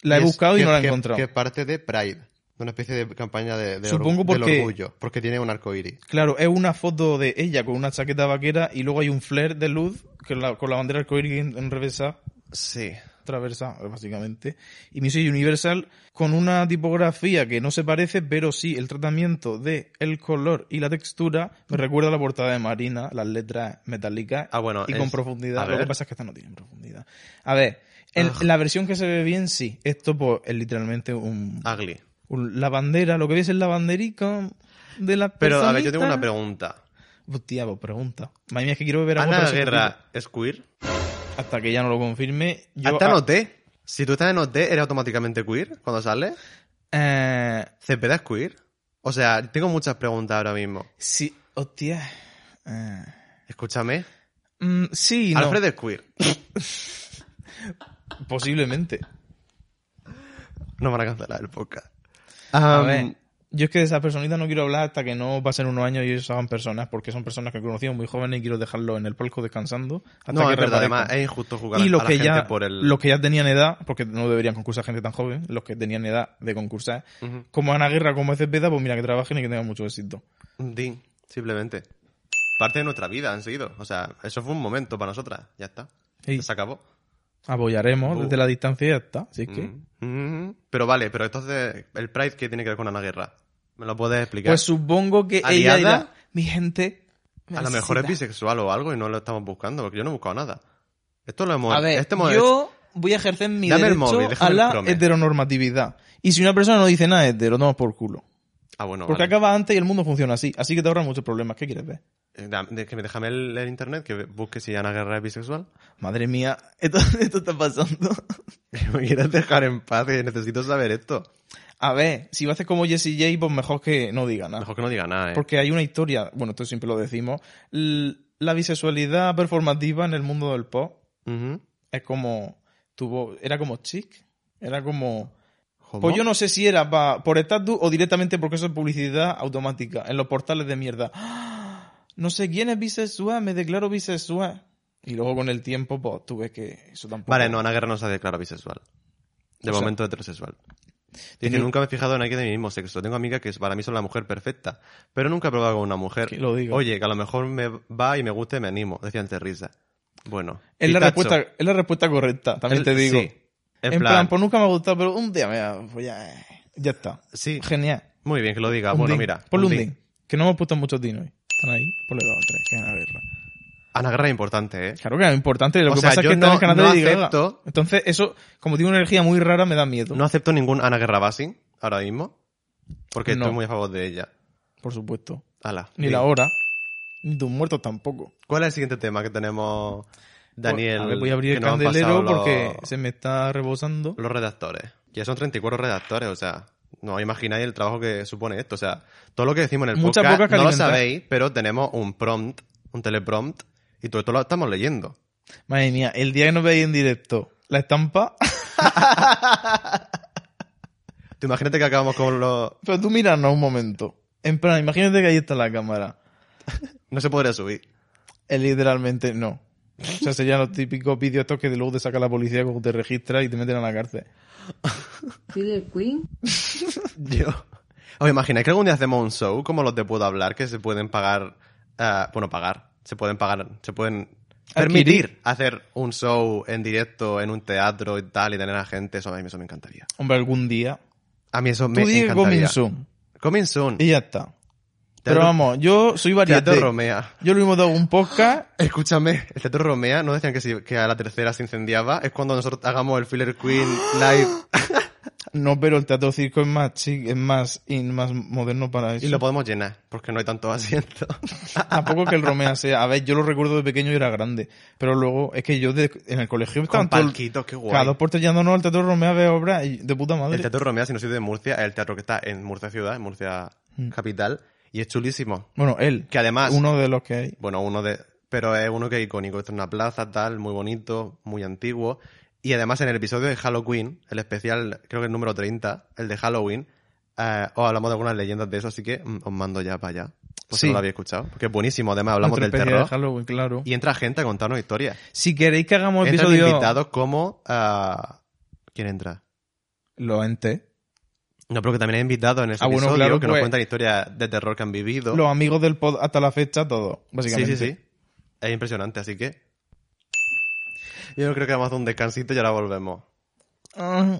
[SPEAKER 1] La he
[SPEAKER 2] es-
[SPEAKER 1] buscado y
[SPEAKER 2] que-
[SPEAKER 1] no la he
[SPEAKER 2] que-
[SPEAKER 1] encontrado.
[SPEAKER 2] Que parte de Pride, de una especie de campaña de, de
[SPEAKER 1] Supongo
[SPEAKER 2] orgu- del
[SPEAKER 1] porque-
[SPEAKER 2] orgullo, porque tiene un arco iris.
[SPEAKER 1] Claro, es una foto de ella con una chaqueta vaquera y luego hay un flare de luz que la- con la bandera arcoíris en- enrevesada.
[SPEAKER 2] Sí.
[SPEAKER 1] traversa, básicamente. Y Mystery Universal con una tipografía que no se parece, pero sí el tratamiento de el color y la textura me recuerda a la portada de Marina, las letras metálicas
[SPEAKER 2] Ah, bueno,
[SPEAKER 1] y con
[SPEAKER 2] es-
[SPEAKER 1] profundidad.
[SPEAKER 2] a
[SPEAKER 1] Lo que
[SPEAKER 2] ver. Ah.
[SPEAKER 1] pasa es que esta no tiene profundidad. A ver, en la versión que se ve bien, sí. Esto pues, es literalmente un,
[SPEAKER 2] Ugly.
[SPEAKER 1] un- la bandera, lo que ves es la banderica de la
[SPEAKER 2] Pero, a ver, yo tengo una
[SPEAKER 1] personitas.
[SPEAKER 2] pregunta.
[SPEAKER 1] Hostia, pues pregunta. Madre mía, es que quiero ver a
[SPEAKER 2] ¿Ana
[SPEAKER 1] Guapa
[SPEAKER 2] Guerra es queer?
[SPEAKER 1] Secundita. Hasta que ya no lo confirme. Yo,
[SPEAKER 2] Hasta en
[SPEAKER 1] ah,
[SPEAKER 2] OT. Si tú estás en OT, ¿eres automáticamente queer cuando sales?
[SPEAKER 1] eh,
[SPEAKER 2] ¿Cepeda es queer? O sea, tengo muchas preguntas ahora mismo.
[SPEAKER 1] sí, hostia. Eh,
[SPEAKER 2] Escúchame.
[SPEAKER 1] mm, sí, no.
[SPEAKER 2] Alfred es queer.
[SPEAKER 1] Posiblemente.
[SPEAKER 2] No van a cancelar el podcast.
[SPEAKER 1] A
[SPEAKER 2] Um,
[SPEAKER 1] ver, yo es que de esas personitas no quiero hablar hasta que no pasen unos años y ellos se hagan personas, porque son personas que he conocido muy jóvenes y quiero dejarlos en el palco descansando. Hasta
[SPEAKER 2] No,
[SPEAKER 1] que
[SPEAKER 2] es
[SPEAKER 1] reaparezcan.
[SPEAKER 2] verdad, además es injusto jugar
[SPEAKER 1] y
[SPEAKER 2] a
[SPEAKER 1] los
[SPEAKER 2] la
[SPEAKER 1] que
[SPEAKER 2] gente
[SPEAKER 1] ya
[SPEAKER 2] por el...
[SPEAKER 1] los que ya tenían edad porque no deberían concursar gente tan joven los que tenían edad de concursar
[SPEAKER 2] Ujú.
[SPEAKER 1] como Ana Guerra como Cepeda pues mira que trabajen y que tengan mucho éxito
[SPEAKER 2] Din, simplemente. Parte de nuestra vida han sido. O sea, eso fue un momento para nosotras. Ya está.
[SPEAKER 1] Sí.
[SPEAKER 2] Se acabó.
[SPEAKER 1] apoyaremos
[SPEAKER 2] Bu.
[SPEAKER 1] desde la distancia y ya está así es que
[SPEAKER 2] Uh. Mm, mm, Pero vale, pero entonces, ¿el Pride qué tiene que ver con Ana Guerra? ¿Me lo puedes explicar?
[SPEAKER 1] pues supongo que
[SPEAKER 2] ¿Aliada?
[SPEAKER 1] ella dirá mi gente me
[SPEAKER 2] a lo mejor es
[SPEAKER 1] necesita".
[SPEAKER 2] bisexual o algo y no lo estamos buscando, porque yo no he buscado nada. Esto lo hemos...
[SPEAKER 1] a ver
[SPEAKER 2] este hemos-
[SPEAKER 1] yo voy a ejercer mi
[SPEAKER 2] Dame el
[SPEAKER 1] derecho
[SPEAKER 2] móvil,
[SPEAKER 1] a
[SPEAKER 2] déjame el
[SPEAKER 1] la
[SPEAKER 2] prome.
[SPEAKER 1] heteronormatividad y si una persona no dice nada hetero toma por culo
[SPEAKER 2] Ah, bueno,
[SPEAKER 1] porque
[SPEAKER 2] vale.
[SPEAKER 1] acaba antes y el mundo funciona así así que te ahorras muchos problemas ¿qué quieres ver?
[SPEAKER 2] Eh, da- de- que me- Déjame el, el internet, que busque si Ana Guerra es bisexual.
[SPEAKER 1] madre mía esto, esto está pasando
[SPEAKER 2] me quieres dejar en paz, que necesito saber esto.
[SPEAKER 1] A ver, si lo haces como Jesse J, pues mejor que no diga nada.
[SPEAKER 2] Mejor que no diga nada, ¿eh?
[SPEAKER 1] Porque hay una historia, bueno, esto siempre lo decimos, l- la bisexualidad performativa en el mundo del pop
[SPEAKER 2] Ujú.
[SPEAKER 1] es como, tuvo, era como chic, era como...
[SPEAKER 2] ¿Homo?
[SPEAKER 1] Pues yo no sé si era pa- por estatus o directamente porque eso es publicidad automática en los portales de mierda. ¡Ah! No sé quién es bisexual, me declaro bisexual. Y luego con el tiempo, pues tú ves que eso tampoco...
[SPEAKER 2] Vale, no, Ana Guerra no se ha declarado bisexual. De
[SPEAKER 1] O sea-
[SPEAKER 2] momento heterosexual. Dice,
[SPEAKER 1] Tiene-
[SPEAKER 2] nunca me he fijado en alguien de mi mismo sexo. Tengo amigas que para mí son la mujer perfecta, pero nunca he probado con una mujer.
[SPEAKER 1] Que lo diga.
[SPEAKER 2] Oye, que a lo mejor me va y me gusta y me animo, decía antes Risa. Bueno.
[SPEAKER 1] Es la,
[SPEAKER 2] Pitacho.
[SPEAKER 1] respuesta, es la respuesta correcta, también
[SPEAKER 2] El-
[SPEAKER 1] te digo.
[SPEAKER 2] Sí. En,
[SPEAKER 1] En, plan,
[SPEAKER 2] plan,
[SPEAKER 1] pues nunca me ha gustado, pero un día me ha- pues ya, ya está.
[SPEAKER 2] sí.
[SPEAKER 1] Genial.
[SPEAKER 2] Muy bien que lo diga.
[SPEAKER 1] Un
[SPEAKER 2] Ah, bueno,
[SPEAKER 1] din.
[SPEAKER 2] mira.
[SPEAKER 1] Ponle
[SPEAKER 2] un
[SPEAKER 1] un
[SPEAKER 2] din.
[SPEAKER 1] din. Que no hemos puesto muchos din hoy. Están ahí. Ponle dos o tres. Que van a verla.
[SPEAKER 2] Ana Guerra es importante, ¿eh?
[SPEAKER 1] Claro que es importante. Lo
[SPEAKER 2] O
[SPEAKER 1] que
[SPEAKER 2] sea,
[SPEAKER 1] pasa es
[SPEAKER 2] yo
[SPEAKER 1] que está en
[SPEAKER 2] no-
[SPEAKER 1] el canal de
[SPEAKER 2] no
[SPEAKER 1] Lady Gaga.
[SPEAKER 2] acepto-
[SPEAKER 1] Entonces, eso, como tiene una energía muy rara, me da miedo.
[SPEAKER 2] No acepto ningún Ana Guerra Basing ahora mismo, porque
[SPEAKER 1] No.
[SPEAKER 2] estoy muy a favor de ella.
[SPEAKER 1] Por supuesto.
[SPEAKER 2] Ala,
[SPEAKER 1] Ni
[SPEAKER 2] din.
[SPEAKER 1] la hora. Ni tus muertos tampoco.
[SPEAKER 2] ¿Cuál es el siguiente tema que tenemos,
[SPEAKER 1] Pues,
[SPEAKER 2] Daniel?
[SPEAKER 1] a ver, voy a abrir
[SPEAKER 2] que
[SPEAKER 1] el
[SPEAKER 2] nos han pasado
[SPEAKER 1] candelero
[SPEAKER 2] los-
[SPEAKER 1] porque se me está rebosando.
[SPEAKER 2] los redactores. Ya son 34 redactores, o sea, no os imagináis el trabajo que supone esto. O sea, todo lo que decimos en el
[SPEAKER 1] Mucha
[SPEAKER 2] podcast
[SPEAKER 1] boca que
[SPEAKER 2] no lo
[SPEAKER 1] alimentar.
[SPEAKER 2] sabéis, pero tenemos un prompt, un teleprompt, y todo esto lo estamos leyendo.
[SPEAKER 1] Madre mía, el día que nos veáis en directo, la estampa.
[SPEAKER 2] Tú imagínate que acabamos con los...
[SPEAKER 1] Pero tú míralo un momento. En plan, imagínate que ahí está la cámara.
[SPEAKER 2] No se podría subir.
[SPEAKER 1] Eh, Literalmente no. O sea, serían los típicos vídeos estos que de luego te saca la policía cuando te registra y te meten a la cárcel.
[SPEAKER 4] Killer Queen.
[SPEAKER 2] Yo... ¿Os imagináis que algún día hacemos un show como los de Puedo Hablar, que se pueden pagar... eh, bueno, pagar. Se pueden pagar, se pueden... Permitir
[SPEAKER 1] Adquirir.
[SPEAKER 2] hacer un show en directo, en un teatro y tal, y tener a gente, eso a mí eso me encantaría.
[SPEAKER 1] Hombre, algún día.
[SPEAKER 2] A mí eso me
[SPEAKER 1] Tú dices
[SPEAKER 2] encantaría.
[SPEAKER 1] coming soon.
[SPEAKER 2] Coming soon.
[SPEAKER 1] Y ya está. Pero vamos, yo soy
[SPEAKER 2] Teatro
[SPEAKER 1] variante.
[SPEAKER 2] Romea.
[SPEAKER 1] Yo lo mismo hago un podcast.
[SPEAKER 2] Escúchame, el Teatro Romea no decían que, si- que a la tercera se incendiaba. Es cuando nosotros hagamos el Filler Queen live
[SPEAKER 1] No, pero el teatro circo es más chic, es más, y más moderno para eso.
[SPEAKER 2] y lo podemos llenar, porque no hay tantos asientos.
[SPEAKER 1] Tampoco que el Romea sea. A ver, yo lo recuerdo de pequeño y era grande. Pero luego, es que yo de- en el colegio
[SPEAKER 2] Con
[SPEAKER 1] estaban todo el-
[SPEAKER 2] palquitos, qué guay.
[SPEAKER 1] cada dos por tres yéndonos al teatro Romea a ver obras y- de puta
[SPEAKER 2] El
[SPEAKER 1] madre.
[SPEAKER 2] Teatro Romea, si no soy de Murcia, es el teatro que está en Murcia ciudad, en Murcia capital, y es chulísimo.
[SPEAKER 1] Bueno, él.
[SPEAKER 2] Que además,
[SPEAKER 1] Uno de los que hay.
[SPEAKER 2] bueno, uno de, pero es uno que es icónico, está en una plaza tal, muy bonito, muy antiguo. Y además en el episodio de Halloween, el especial, creo que el número 30, el de Halloween, eh, os hablamos de algunas leyendas de eso, así que mm, os mando ya para allá. Pues
[SPEAKER 1] Sí.
[SPEAKER 2] si no lo habéis escuchado, porque es buenísimo. Además hablamos
[SPEAKER 1] Nuestra
[SPEAKER 2] del
[SPEAKER 1] especie de
[SPEAKER 2] terror.
[SPEAKER 1] Halloween, pues, claro.
[SPEAKER 2] Y entra gente a contarnos historias.
[SPEAKER 1] Si queréis que hagamos
[SPEAKER 2] Entran
[SPEAKER 1] episodio...
[SPEAKER 2] invitados como... ah, ¿Quién entra?
[SPEAKER 1] Lo ente.
[SPEAKER 2] No, pero que también hay invitados en ese
[SPEAKER 1] Ah, bueno,
[SPEAKER 2] episodio
[SPEAKER 1] claro,
[SPEAKER 2] que nos
[SPEAKER 1] pues-
[SPEAKER 2] cuentan historias de terror que han vivido.
[SPEAKER 1] Los amigos del pod hasta la fecha, todo,
[SPEAKER 2] sí,
[SPEAKER 1] básicamente.
[SPEAKER 2] sí, sí. Es impresionante, así que... Yo creo que vamos a hacer un descansito y ahora volvemos.
[SPEAKER 1] Ah.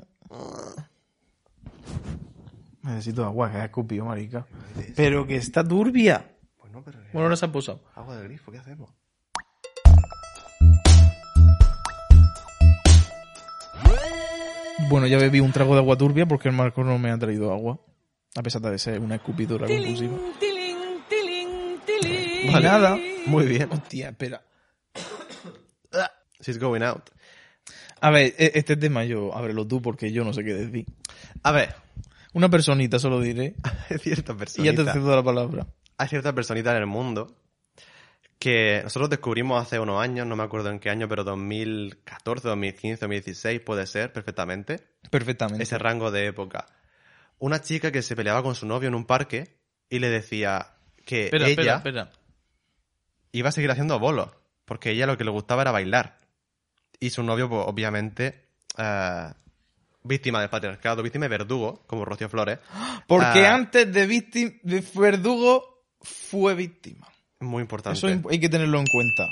[SPEAKER 1] Necesito agua, que ha escupido, marica. Pero que está turbia.
[SPEAKER 2] Pues no, pero...
[SPEAKER 1] Bueno, ahora se ha posado.
[SPEAKER 2] Agua del grifo, ¿qué hacemos?
[SPEAKER 1] Bueno, ya bebí un trago de agua turbia porque el Marco no me ha traído agua. A pesar de ser una escupidora conclusiva.
[SPEAKER 3] tiling, tiling, tiling.
[SPEAKER 1] Vale. Nada.
[SPEAKER 2] Muy bien.
[SPEAKER 1] Hostia, espera.
[SPEAKER 2] She's going out.
[SPEAKER 1] A ver, e- este tema yo ábrelo tú porque yo no sé qué decir.
[SPEAKER 2] A ver,
[SPEAKER 1] Una personita solo diré.
[SPEAKER 2] hay ciertas
[SPEAKER 1] Y ya te
[SPEAKER 2] personitas.
[SPEAKER 1] cedo la palabra.
[SPEAKER 2] Hay ciertas personitas en el mundo que nosotros descubrimos hace unos años, no me acuerdo en qué año, pero 2014, 2015, 2016 puede ser perfectamente.
[SPEAKER 1] Perfectamente.
[SPEAKER 2] ese rango de época. Una chica que se peleaba con su novio en un parque y le decía que
[SPEAKER 1] espera,
[SPEAKER 2] ella
[SPEAKER 1] espera, espera.
[SPEAKER 2] iba a seguir haciendo bolos, porque ella lo que le gustaba era bailar. Y su novio, pues, obviamente, eh, víctima del patriarcado, víctima de verdugo, como Rocío Flores,
[SPEAKER 1] Porque
[SPEAKER 2] Ah.
[SPEAKER 1] antes de víctima, de verdugo fue víctima.
[SPEAKER 2] muy importante.
[SPEAKER 1] Eso hay que tenerlo en cuenta.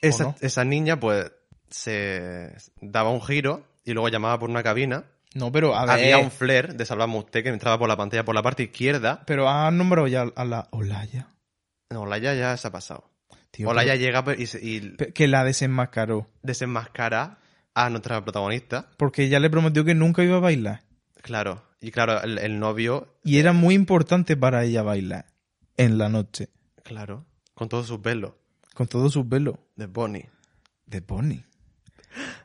[SPEAKER 2] esa,
[SPEAKER 1] ¿o no?
[SPEAKER 2] esa niña, pues, se daba un giro y luego llamaba por una cabina.
[SPEAKER 1] No, pero a ver.
[SPEAKER 2] Había un flair de Salvamos Usted que entraba por la pantalla por la parte izquierda.
[SPEAKER 1] Pero has nombrado ya a la Olaya.
[SPEAKER 2] No, la ya, ya se ha pasado.
[SPEAKER 1] Tío,
[SPEAKER 2] Hola, ya
[SPEAKER 1] pero-
[SPEAKER 2] llega pues, y, se- y
[SPEAKER 1] pe- Que la desenmascaró.
[SPEAKER 2] desenmascara a nuestra protagonista.
[SPEAKER 1] Porque ella le prometió que nunca iba a bailar.
[SPEAKER 2] Claro. Y claro, el, el novio,
[SPEAKER 1] Y era muy importante para ella bailar. En la noche.
[SPEAKER 2] claro, con todo su pelo,
[SPEAKER 1] Con todo su pelo.
[SPEAKER 2] de Bonnie.
[SPEAKER 1] de Bonnie.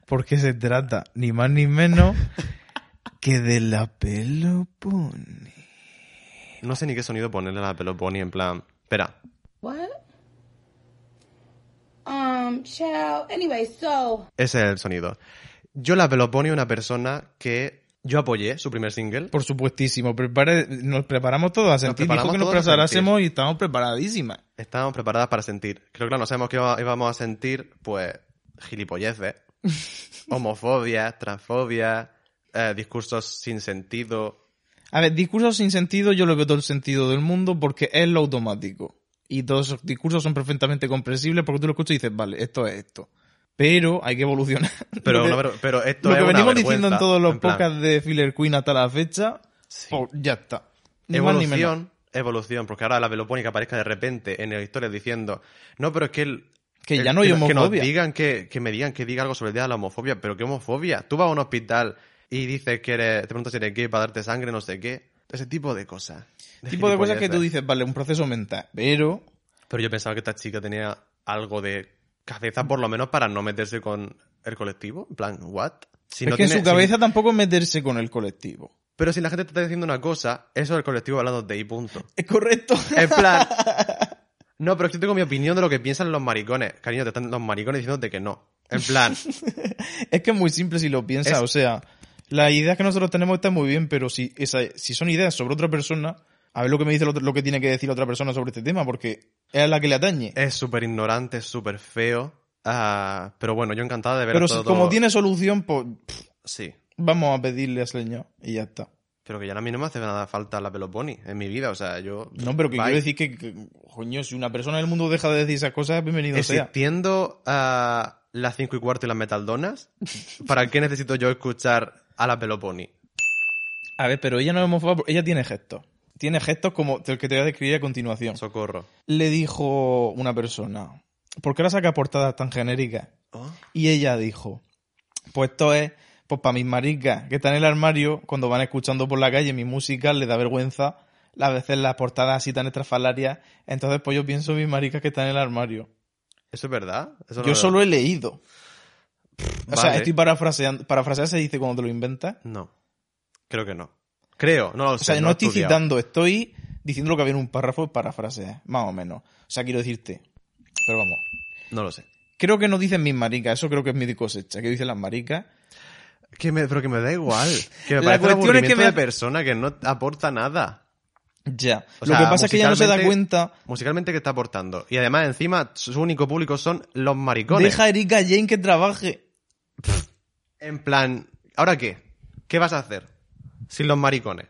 [SPEAKER 1] Porque se trata ni más ni menos que de la pelo Bonnie.
[SPEAKER 2] No sé ni qué sonido ponerle a la pelo Bonnie, en plan. Espera.
[SPEAKER 4] What? Um, child. Anyway, so
[SPEAKER 2] Ese es el sonido. Yo la pelo Bonnie, una persona que yo apoyé su primer single.
[SPEAKER 1] Por supuestísimo, prepare- nos preparamos todos a sentir. Dijo
[SPEAKER 2] preparamos
[SPEAKER 1] que nos
[SPEAKER 2] todos a
[SPEAKER 1] preparásemos y estamos preparadísimas.
[SPEAKER 2] Estábamos preparadas para sentir. Creo que no sabemos qué iba- íbamos a sentir, pues, gilipolleces, homofobia, transfobia, eh, discursos sin sentido.
[SPEAKER 1] A ver, discursos sin sentido, yo lo veo todo el sentido del mundo porque es lo automático. Y todos esos discursos son perfectamente comprensibles porque tú lo escuchas y dices, vale, esto es esto. Pero hay que evolucionar.
[SPEAKER 2] Pero,
[SPEAKER 1] Lo que-
[SPEAKER 2] una ver- pero esto
[SPEAKER 1] lo
[SPEAKER 2] es
[SPEAKER 1] que
[SPEAKER 2] una
[SPEAKER 1] venimos diciendo en
[SPEAKER 2] vergüenza,
[SPEAKER 1] todos los
[SPEAKER 2] plan,
[SPEAKER 1] podcasts de Filler Queen hasta la fecha,
[SPEAKER 2] sí.
[SPEAKER 1] pues ya está. Ni más ni menos.
[SPEAKER 2] Evolución, evolución, porque ahora la velopónica aparezca de repente en la historia diciendo, no, pero es que... el-
[SPEAKER 1] Que
[SPEAKER 2] el-
[SPEAKER 1] ya no hay
[SPEAKER 2] Eh, Que nos
[SPEAKER 1] homofobia".
[SPEAKER 2] digan que, que me digan que diga algo sobre el día de la homofobia, pero ¿qué homofobia? Tú vas a un hospital y dices que eres, te preguntas si eres gay para darte sangre, no sé qué. Ese tipo de cosas.
[SPEAKER 1] tipo de cosas que tú
[SPEAKER 2] gilipolleces.
[SPEAKER 1] dices, vale, un proceso mental, pero
[SPEAKER 2] Pero yo pensaba que esta chica tenía algo de cabeza, por lo menos para no meterse con el colectivo. En plan, ¿what? Si
[SPEAKER 1] es
[SPEAKER 2] no
[SPEAKER 1] que en
[SPEAKER 2] tiene-
[SPEAKER 1] su
[SPEAKER 2] si-
[SPEAKER 1] cabeza tampoco es meterse con el colectivo.
[SPEAKER 2] pero si la gente te está diciendo una cosa, eso es el colectivo hablando de y punto.
[SPEAKER 1] Es correcto.
[SPEAKER 2] En plan. No, pero es que yo tengo mi opinión de lo que piensan los maricones. Cariño, te están los maricones diciéndote que no. En plan,
[SPEAKER 1] es que es muy simple si lo piensas,
[SPEAKER 2] Es-
[SPEAKER 1] o sea, las ideas que nosotros tenemos están muy bien, pero si, esa, si son ideas sobre otra persona, a ver lo que me dice lo, lo que tiene que decir la otra persona sobre este tema, porque es la que le atañe.
[SPEAKER 2] es súper ignorante, es súper feo. Ah, pero bueno, yo encantada de ver
[SPEAKER 1] pero si-
[SPEAKER 2] todo.
[SPEAKER 1] como tiene solución, pues pff,
[SPEAKER 2] Sí,
[SPEAKER 1] vamos a pedirle a Señor y ya está.
[SPEAKER 2] pero que ya a mí no me hace nada falta la peloponi en mi vida. O sea, yo.
[SPEAKER 1] No, pero que
[SPEAKER 2] Bye.
[SPEAKER 1] quiero decir que, que, coño, si una persona del mundo deja de decir esas cosas, bienvenido sea.
[SPEAKER 2] Existiendo ah, las 5 y cuarto y las metaldonas, ¿para qué necesito yo escuchar a la peloponi?
[SPEAKER 1] A ver, pero ella no es homofoba, porque ella tiene gestos. Tiene gestos como el que te voy a describir a continuación.
[SPEAKER 2] Socorro.
[SPEAKER 1] Le dijo una persona, ¿por qué ahora saca portadas tan genéricas? Y ella dijo, pues esto es pues para mis maricas que están en el armario, cuando van escuchando por la calle mi música, les da vergüenza a veces las portadas así tan estrafalarias. Entonces pues yo pienso en mis maricas que están en el armario.
[SPEAKER 2] ¿Eso es verdad? Eso no
[SPEAKER 1] Yo
[SPEAKER 2] lo-
[SPEAKER 1] solo he leído. O sea,
[SPEAKER 2] Vale.
[SPEAKER 1] estoy parafraseando. Parafrasear se dice cuando te lo inventas.
[SPEAKER 2] No. Creo que no. Creo, no lo
[SPEAKER 1] O
[SPEAKER 2] sé.
[SPEAKER 1] sea, no,
[SPEAKER 2] he
[SPEAKER 1] estoy
[SPEAKER 2] estudiado.
[SPEAKER 1] citando, estoy diciendo lo que había en un párrafo y parafrasear, más o menos. O sea, quiero decirte. Pero vamos.
[SPEAKER 2] No lo sé.
[SPEAKER 1] Creo que no dicen mis maricas, eso creo que es mi cosecha, que dicen las maricas.
[SPEAKER 2] Que me, pero que me da igual. Que me
[SPEAKER 1] La
[SPEAKER 2] parece un
[SPEAKER 1] cuestión es que
[SPEAKER 2] aburrimiento
[SPEAKER 1] me
[SPEAKER 2] de
[SPEAKER 1] ha-
[SPEAKER 2] persona que no aporta nada.
[SPEAKER 1] Ya. lo
[SPEAKER 2] O sea,
[SPEAKER 1] que pasa es que ella no se da
[SPEAKER 2] musicalmente-
[SPEAKER 1] cuenta.
[SPEAKER 2] Musicalmente que está aportando. Y además, encima, su único público son los maricones.
[SPEAKER 1] Deja a Erika Jane que trabaje.
[SPEAKER 2] En plan, ¿ahora qué? ¿Qué vas a hacer sin los maricones?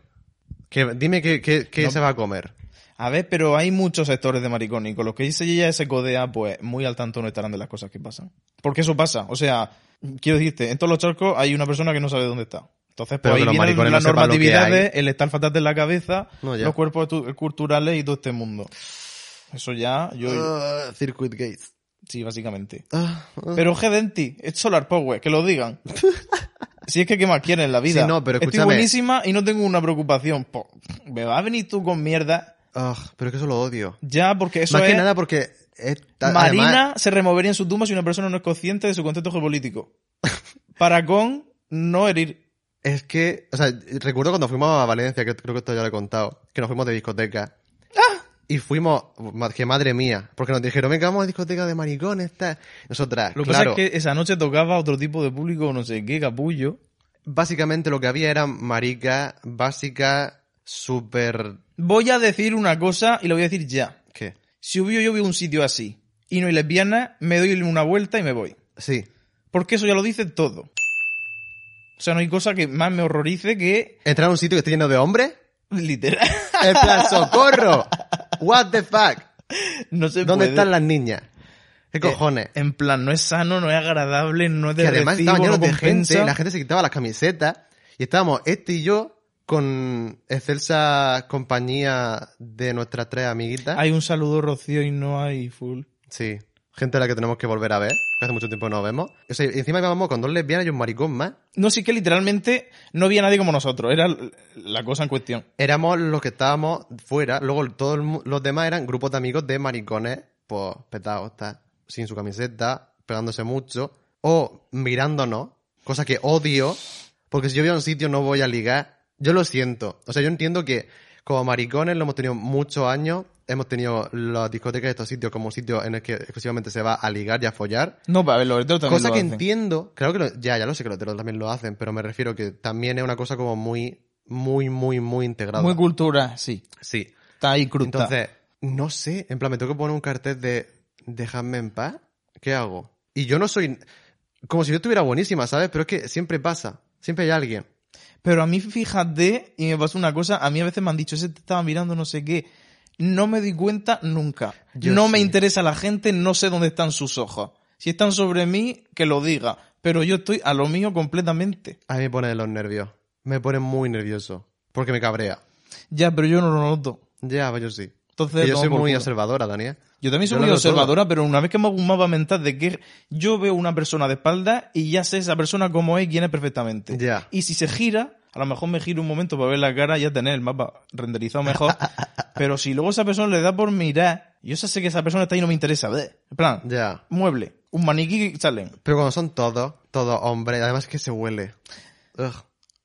[SPEAKER 2] Que, dime qué, qué- qué
[SPEAKER 1] No.
[SPEAKER 2] se va a comer.
[SPEAKER 1] A ver, pero hay muchos sectores de maricones y con los que se ya se codea, pues muy al tanto no estarán de las cosas que pasan. Porque eso pasa. O sea, quiero decirte, en todos los charcos hay una persona que no sabe dónde está. Entonces, pues
[SPEAKER 2] Pero que
[SPEAKER 1] ahí
[SPEAKER 2] los
[SPEAKER 1] vienen
[SPEAKER 2] maricones
[SPEAKER 1] las
[SPEAKER 2] no sepan lo que
[SPEAKER 1] normatividades, el estar fatal de la cabeza,
[SPEAKER 2] No, ya.
[SPEAKER 1] los cuerpos tu- culturales y todo este mundo. Eso ya, yo...
[SPEAKER 2] Ah, circuit Gates.
[SPEAKER 1] Sí, básicamente.
[SPEAKER 2] Ah, ah.
[SPEAKER 1] Pero Gedenti, es Solar Power, que lo digan. si es que qué más quieren en la vida.
[SPEAKER 2] Sí, no, pero
[SPEAKER 1] Estoy
[SPEAKER 2] escúchame.
[SPEAKER 1] buenísima y no tengo una preocupación. Po, me vas a venir tú con mierda
[SPEAKER 2] Ah, pero es que eso lo odio.
[SPEAKER 1] ya, porque eso
[SPEAKER 2] Más
[SPEAKER 1] es...
[SPEAKER 2] que nada porque... es ta-
[SPEAKER 1] Marina
[SPEAKER 2] además-
[SPEAKER 1] se removería en su tumba si una persona no es consciente de su contexto geopolítico. Para con no herir.
[SPEAKER 2] Es que, o sea, recuerdo cuando fuimos a Valencia, que creo que esto ya lo he contado, que nos fuimos de discoteca. Y fuimos, ma- que madre mía, porque nos dijeron, venga, vamos a discoteca de maricones, tal. Nosotras,
[SPEAKER 1] Lo que
[SPEAKER 2] claro,
[SPEAKER 1] pasa es que esa noche tocaba otro tipo de público, no sé qué, capullo.
[SPEAKER 2] básicamente lo que había eran maricas básicas, súper...
[SPEAKER 1] Voy a decir una cosa y lo voy a decir ya.
[SPEAKER 2] ¿Qué?
[SPEAKER 1] Si hubiera yo veo un sitio así y no hay lesbianas, me doy una vuelta y me voy.
[SPEAKER 2] Sí.
[SPEAKER 1] Porque eso ya lo dice todo. O sea, no hay cosa que más me horrorice que
[SPEAKER 2] Entrar a un sitio que esté lleno de hombres,
[SPEAKER 1] literal.
[SPEAKER 2] en plan, socorro, what the fuck,
[SPEAKER 1] No se
[SPEAKER 2] ¿dónde
[SPEAKER 1] puede.
[SPEAKER 2] están las niñas? ¿Qué cojones?
[SPEAKER 1] En plan, no es sano, no es agradable, no es de
[SPEAKER 2] que además
[SPEAKER 1] recibo,
[SPEAKER 2] estaban
[SPEAKER 1] no
[SPEAKER 2] llenos de
[SPEAKER 1] compensa.
[SPEAKER 2] gente, la gente se quitaba las camisetas y estábamos este y yo con excelsa compañía de nuestras tres amiguitas.
[SPEAKER 1] Hay un saludo Rocío y no hay full.
[SPEAKER 2] Sí, gente a la que tenemos que volver a ver, que hace mucho tiempo que no nos vemos. O sea, y encima íbamos con dos lesbianas y un maricón más.
[SPEAKER 1] No, sí que literalmente no había nadie como nosotros, era l- la cosa en cuestión.
[SPEAKER 2] Éramos los que estábamos fuera, luego todos el mu- los demás eran grupos de amigos de maricones, pues petados, tal, sin su camiseta, pegándose mucho, o mirándonos, cosa que odio, porque si yo voy a un sitio no voy a ligar, yo lo siento, o sea, yo entiendo que como maricones lo hemos tenido muchos años, hemos tenido las discotecas de estos sitios como sitios en el que exclusivamente se va a ligar y a follar,
[SPEAKER 1] No, para ver, los heteros también
[SPEAKER 2] Cosa
[SPEAKER 1] lo
[SPEAKER 2] que
[SPEAKER 1] hacen.
[SPEAKER 2] entiendo, claro que lo- ya, ya lo sé que los heteros también lo hacen, pero me refiero que también es una cosa como muy, muy, muy, muy integrada.
[SPEAKER 1] Muy cultura, sí.
[SPEAKER 2] Sí.
[SPEAKER 1] Está ahí cruta.
[SPEAKER 2] Entonces, no sé, en plan, me tengo que poner un cartel de dejadme en paz, ¿qué hago? Y yo no soy, como si yo estuviera buenísima, ¿sabes? Pero es que siempre pasa, siempre hay alguien.
[SPEAKER 1] Pero a mí, fíjate, y me pasó una cosa, a mí a veces me han dicho, ese te estaba mirando no sé qué. No me di cuenta nunca.
[SPEAKER 2] Yo
[SPEAKER 1] no me
[SPEAKER 2] sí.
[SPEAKER 1] interesa la gente, no sé dónde están sus ojos. Si están sobre mí, que lo diga. Pero yo estoy a lo mío completamente.
[SPEAKER 2] A mí me pone de los nervios, me pone muy nervioso, porque me cabrea.
[SPEAKER 1] Ya, pero yo no lo noto.
[SPEAKER 2] Ya, pues yo sí.
[SPEAKER 1] Entonces,
[SPEAKER 2] Y yo
[SPEAKER 1] tomo
[SPEAKER 2] soy
[SPEAKER 1] por
[SPEAKER 2] muy
[SPEAKER 1] culo.
[SPEAKER 2] observadora, Daniel.
[SPEAKER 1] Yo también soy
[SPEAKER 2] Yo
[SPEAKER 1] muy
[SPEAKER 2] lo veo
[SPEAKER 1] observadora, pero una vez que me hago un mapa mental de que yo veo una persona de espalda y ya sé esa persona cómo es y quién es perfectamente.
[SPEAKER 2] Ya.
[SPEAKER 1] Y si se gira, a lo mejor me giro un momento para ver la cara y ya tener el mapa renderizado mejor. pero si luego esa persona le da por mirar, yo ya sé que esa persona está ahí y no me interesa. bleh. En plan,
[SPEAKER 2] Ya.
[SPEAKER 1] mueble, un maniquí y salen.
[SPEAKER 2] Pero cuando son todos, todos hombres, además que se huele. Ugh.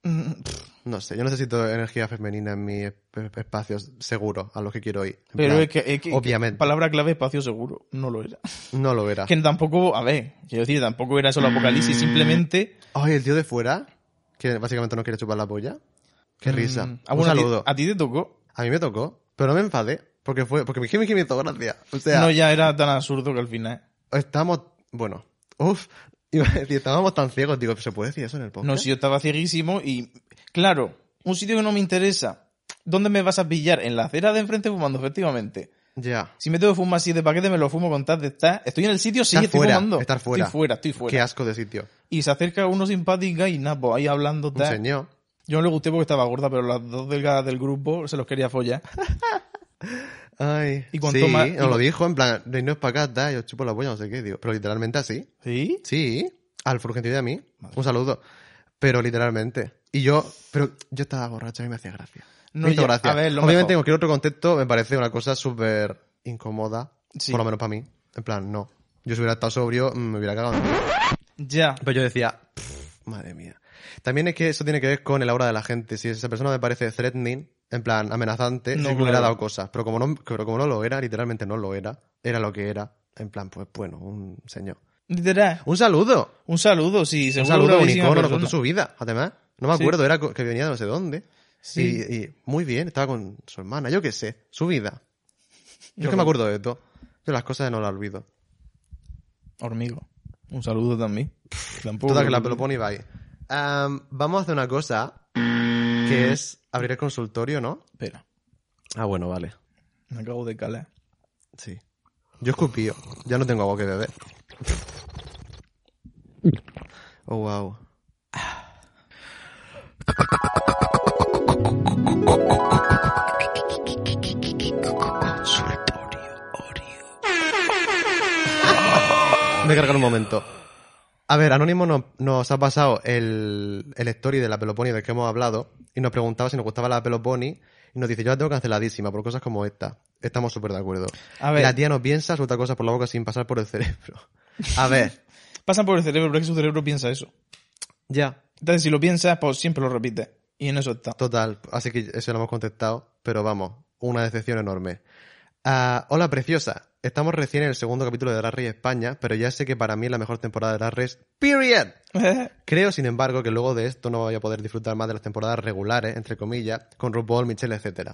[SPEAKER 1] Mm, pff,
[SPEAKER 2] No sé, yo necesito energía femenina en mis esp- espacios seguros a los que quiero ir. En
[SPEAKER 1] Pero
[SPEAKER 2] plan,
[SPEAKER 1] es que, es que-
[SPEAKER 2] obviamente.
[SPEAKER 1] palabra clave espacio seguro, no lo era.
[SPEAKER 2] No lo era.
[SPEAKER 1] Que tampoco, a ver, quiero decir, tampoco era solo apocalipsis, simplemente...
[SPEAKER 2] Ay, el tío de fuera, que básicamente no quiere chupar la polla. Qué risa.
[SPEAKER 1] Mm, ah,
[SPEAKER 2] Un
[SPEAKER 1] bueno, a ti-
[SPEAKER 2] saludo.
[SPEAKER 1] A ti te tocó.
[SPEAKER 2] A mí me tocó, pero no me enfadé, porque fue, porque mi Jimmy Jimmy hizo gracia. O sea,
[SPEAKER 1] No, ya era tan absurdo que al final.
[SPEAKER 2] estamos, bueno, uff, iba a decir, estábamos tan ciegos, digo, ¿se puede decir eso en el podcast?
[SPEAKER 1] No, si yo estaba cieguísimo y. Claro, un sitio que no me interesa. ¿Dónde me vas a pillar? En la acera de enfrente fumando, efectivamente.
[SPEAKER 2] Ya.
[SPEAKER 1] Si me tengo que fumar siete paquetes, me lo fumo con tal de estar. Estoy en el sitio, sí,
[SPEAKER 2] Estar
[SPEAKER 1] estoy
[SPEAKER 2] fuera,
[SPEAKER 1] fumando.
[SPEAKER 2] estar fuera.
[SPEAKER 1] Estoy fuera, estoy fuera.
[SPEAKER 2] Qué asco de sitio.
[SPEAKER 1] Y se acerca uno simpática y nada, pues ahí hablando
[SPEAKER 2] Un
[SPEAKER 1] tal.
[SPEAKER 2] señor.
[SPEAKER 1] Yo no le gusté porque estaba gorda, pero las dos delgadas del grupo se los quería follar.
[SPEAKER 2] Ay.
[SPEAKER 1] Y
[SPEAKER 2] sí,
[SPEAKER 1] cuanto más-
[SPEAKER 2] nos
[SPEAKER 1] y-
[SPEAKER 2] lo dijo, en plan, no para acá, da, yo chupo la polla, no sé qué, digo. Pero literalmente así.
[SPEAKER 1] ¿Sí?
[SPEAKER 2] Sí, al Fulgencio y a mí. Un saludo. Pero literalmente. Y yo, pero yo estaba borracho y me hacía gracia.
[SPEAKER 1] No,
[SPEAKER 2] me hizo
[SPEAKER 1] ya,
[SPEAKER 2] gracia.
[SPEAKER 1] a ver, lo
[SPEAKER 2] Obviamente, en
[SPEAKER 1] mejor.
[SPEAKER 2] cualquier otro contexto, me parece una cosa súper incómoda.
[SPEAKER 1] Sí.
[SPEAKER 2] Por lo menos para mí. En plan, no. Yo si hubiera estado sobrio, mm, me hubiera cagado.
[SPEAKER 1] Ya.
[SPEAKER 2] Pero yo decía, "Pff, madre mía. También es que eso tiene que ver con el aura de la gente. Si esa persona me parece threatening, en plan amenazante,
[SPEAKER 1] No,
[SPEAKER 2] sí que me hubiera
[SPEAKER 1] claro.
[SPEAKER 2] dado cosas. Pero como, no, pero como no lo era, literalmente no lo era, era lo que era. En plan, pues bueno, un señor.
[SPEAKER 1] Literal.
[SPEAKER 2] ¡Un saludo!
[SPEAKER 1] Un saludo, sí,
[SPEAKER 2] Un
[SPEAKER 1] seguro.
[SPEAKER 2] saludo a un
[SPEAKER 1] bravísima
[SPEAKER 2] icono, nos
[SPEAKER 1] persona.
[SPEAKER 2] contó su vida, además. No me
[SPEAKER 1] Sí.
[SPEAKER 2] acuerdo, era co- que venía de no sé dónde.
[SPEAKER 1] Sí.
[SPEAKER 2] Y, y muy bien, estaba con su hermana, yo qué sé, su vida. Yo es que
[SPEAKER 1] Yo-
[SPEAKER 2] me acuerdo de todo. Yo las cosas no las olvido.
[SPEAKER 1] Hormigo. Un saludo también. Tampoco.
[SPEAKER 2] Total, que la Pelopón iba ahí. Am, vamos a hacer una cosa, que es abrir el consultorio, ¿no?
[SPEAKER 1] Espera.
[SPEAKER 2] Ah, bueno, vale.
[SPEAKER 1] Me acabo de calar.
[SPEAKER 2] Sí. Yo escupío. Ya no tengo agua que beber. Oh, wow. Voy a cargar un momento. A ver, Anónimo nos, nos ha pasado el, el story de la Peloponi del que hemos hablado y nos preguntaba si nos gustaba la Peloponi y nos dice, yo la tengo canceladísima por cosas como esta. Estamos súper de acuerdo.
[SPEAKER 1] A ver.
[SPEAKER 2] La tía no piensa, suelta cosas por la boca sin pasar por el cerebro. A ver,
[SPEAKER 1] Pasan por el cerebro, pero es que su cerebro piensa eso.
[SPEAKER 2] ya,
[SPEAKER 1] Entonces, si lo piensas, pues siempre lo repites. Y en eso está.
[SPEAKER 2] total. Así que eso lo hemos contestado, pero vamos, una decepción enorme. Ah, hola, preciosa. Estamos recién en el segundo capítulo de Drag Race España, pero ya sé que para mí es la mejor temporada de Drag Race, period. Creo, sin embargo, que luego de esto no voy a poder disfrutar más de las temporadas regulares, entre comillas, con RuPaul, Michelle, etc.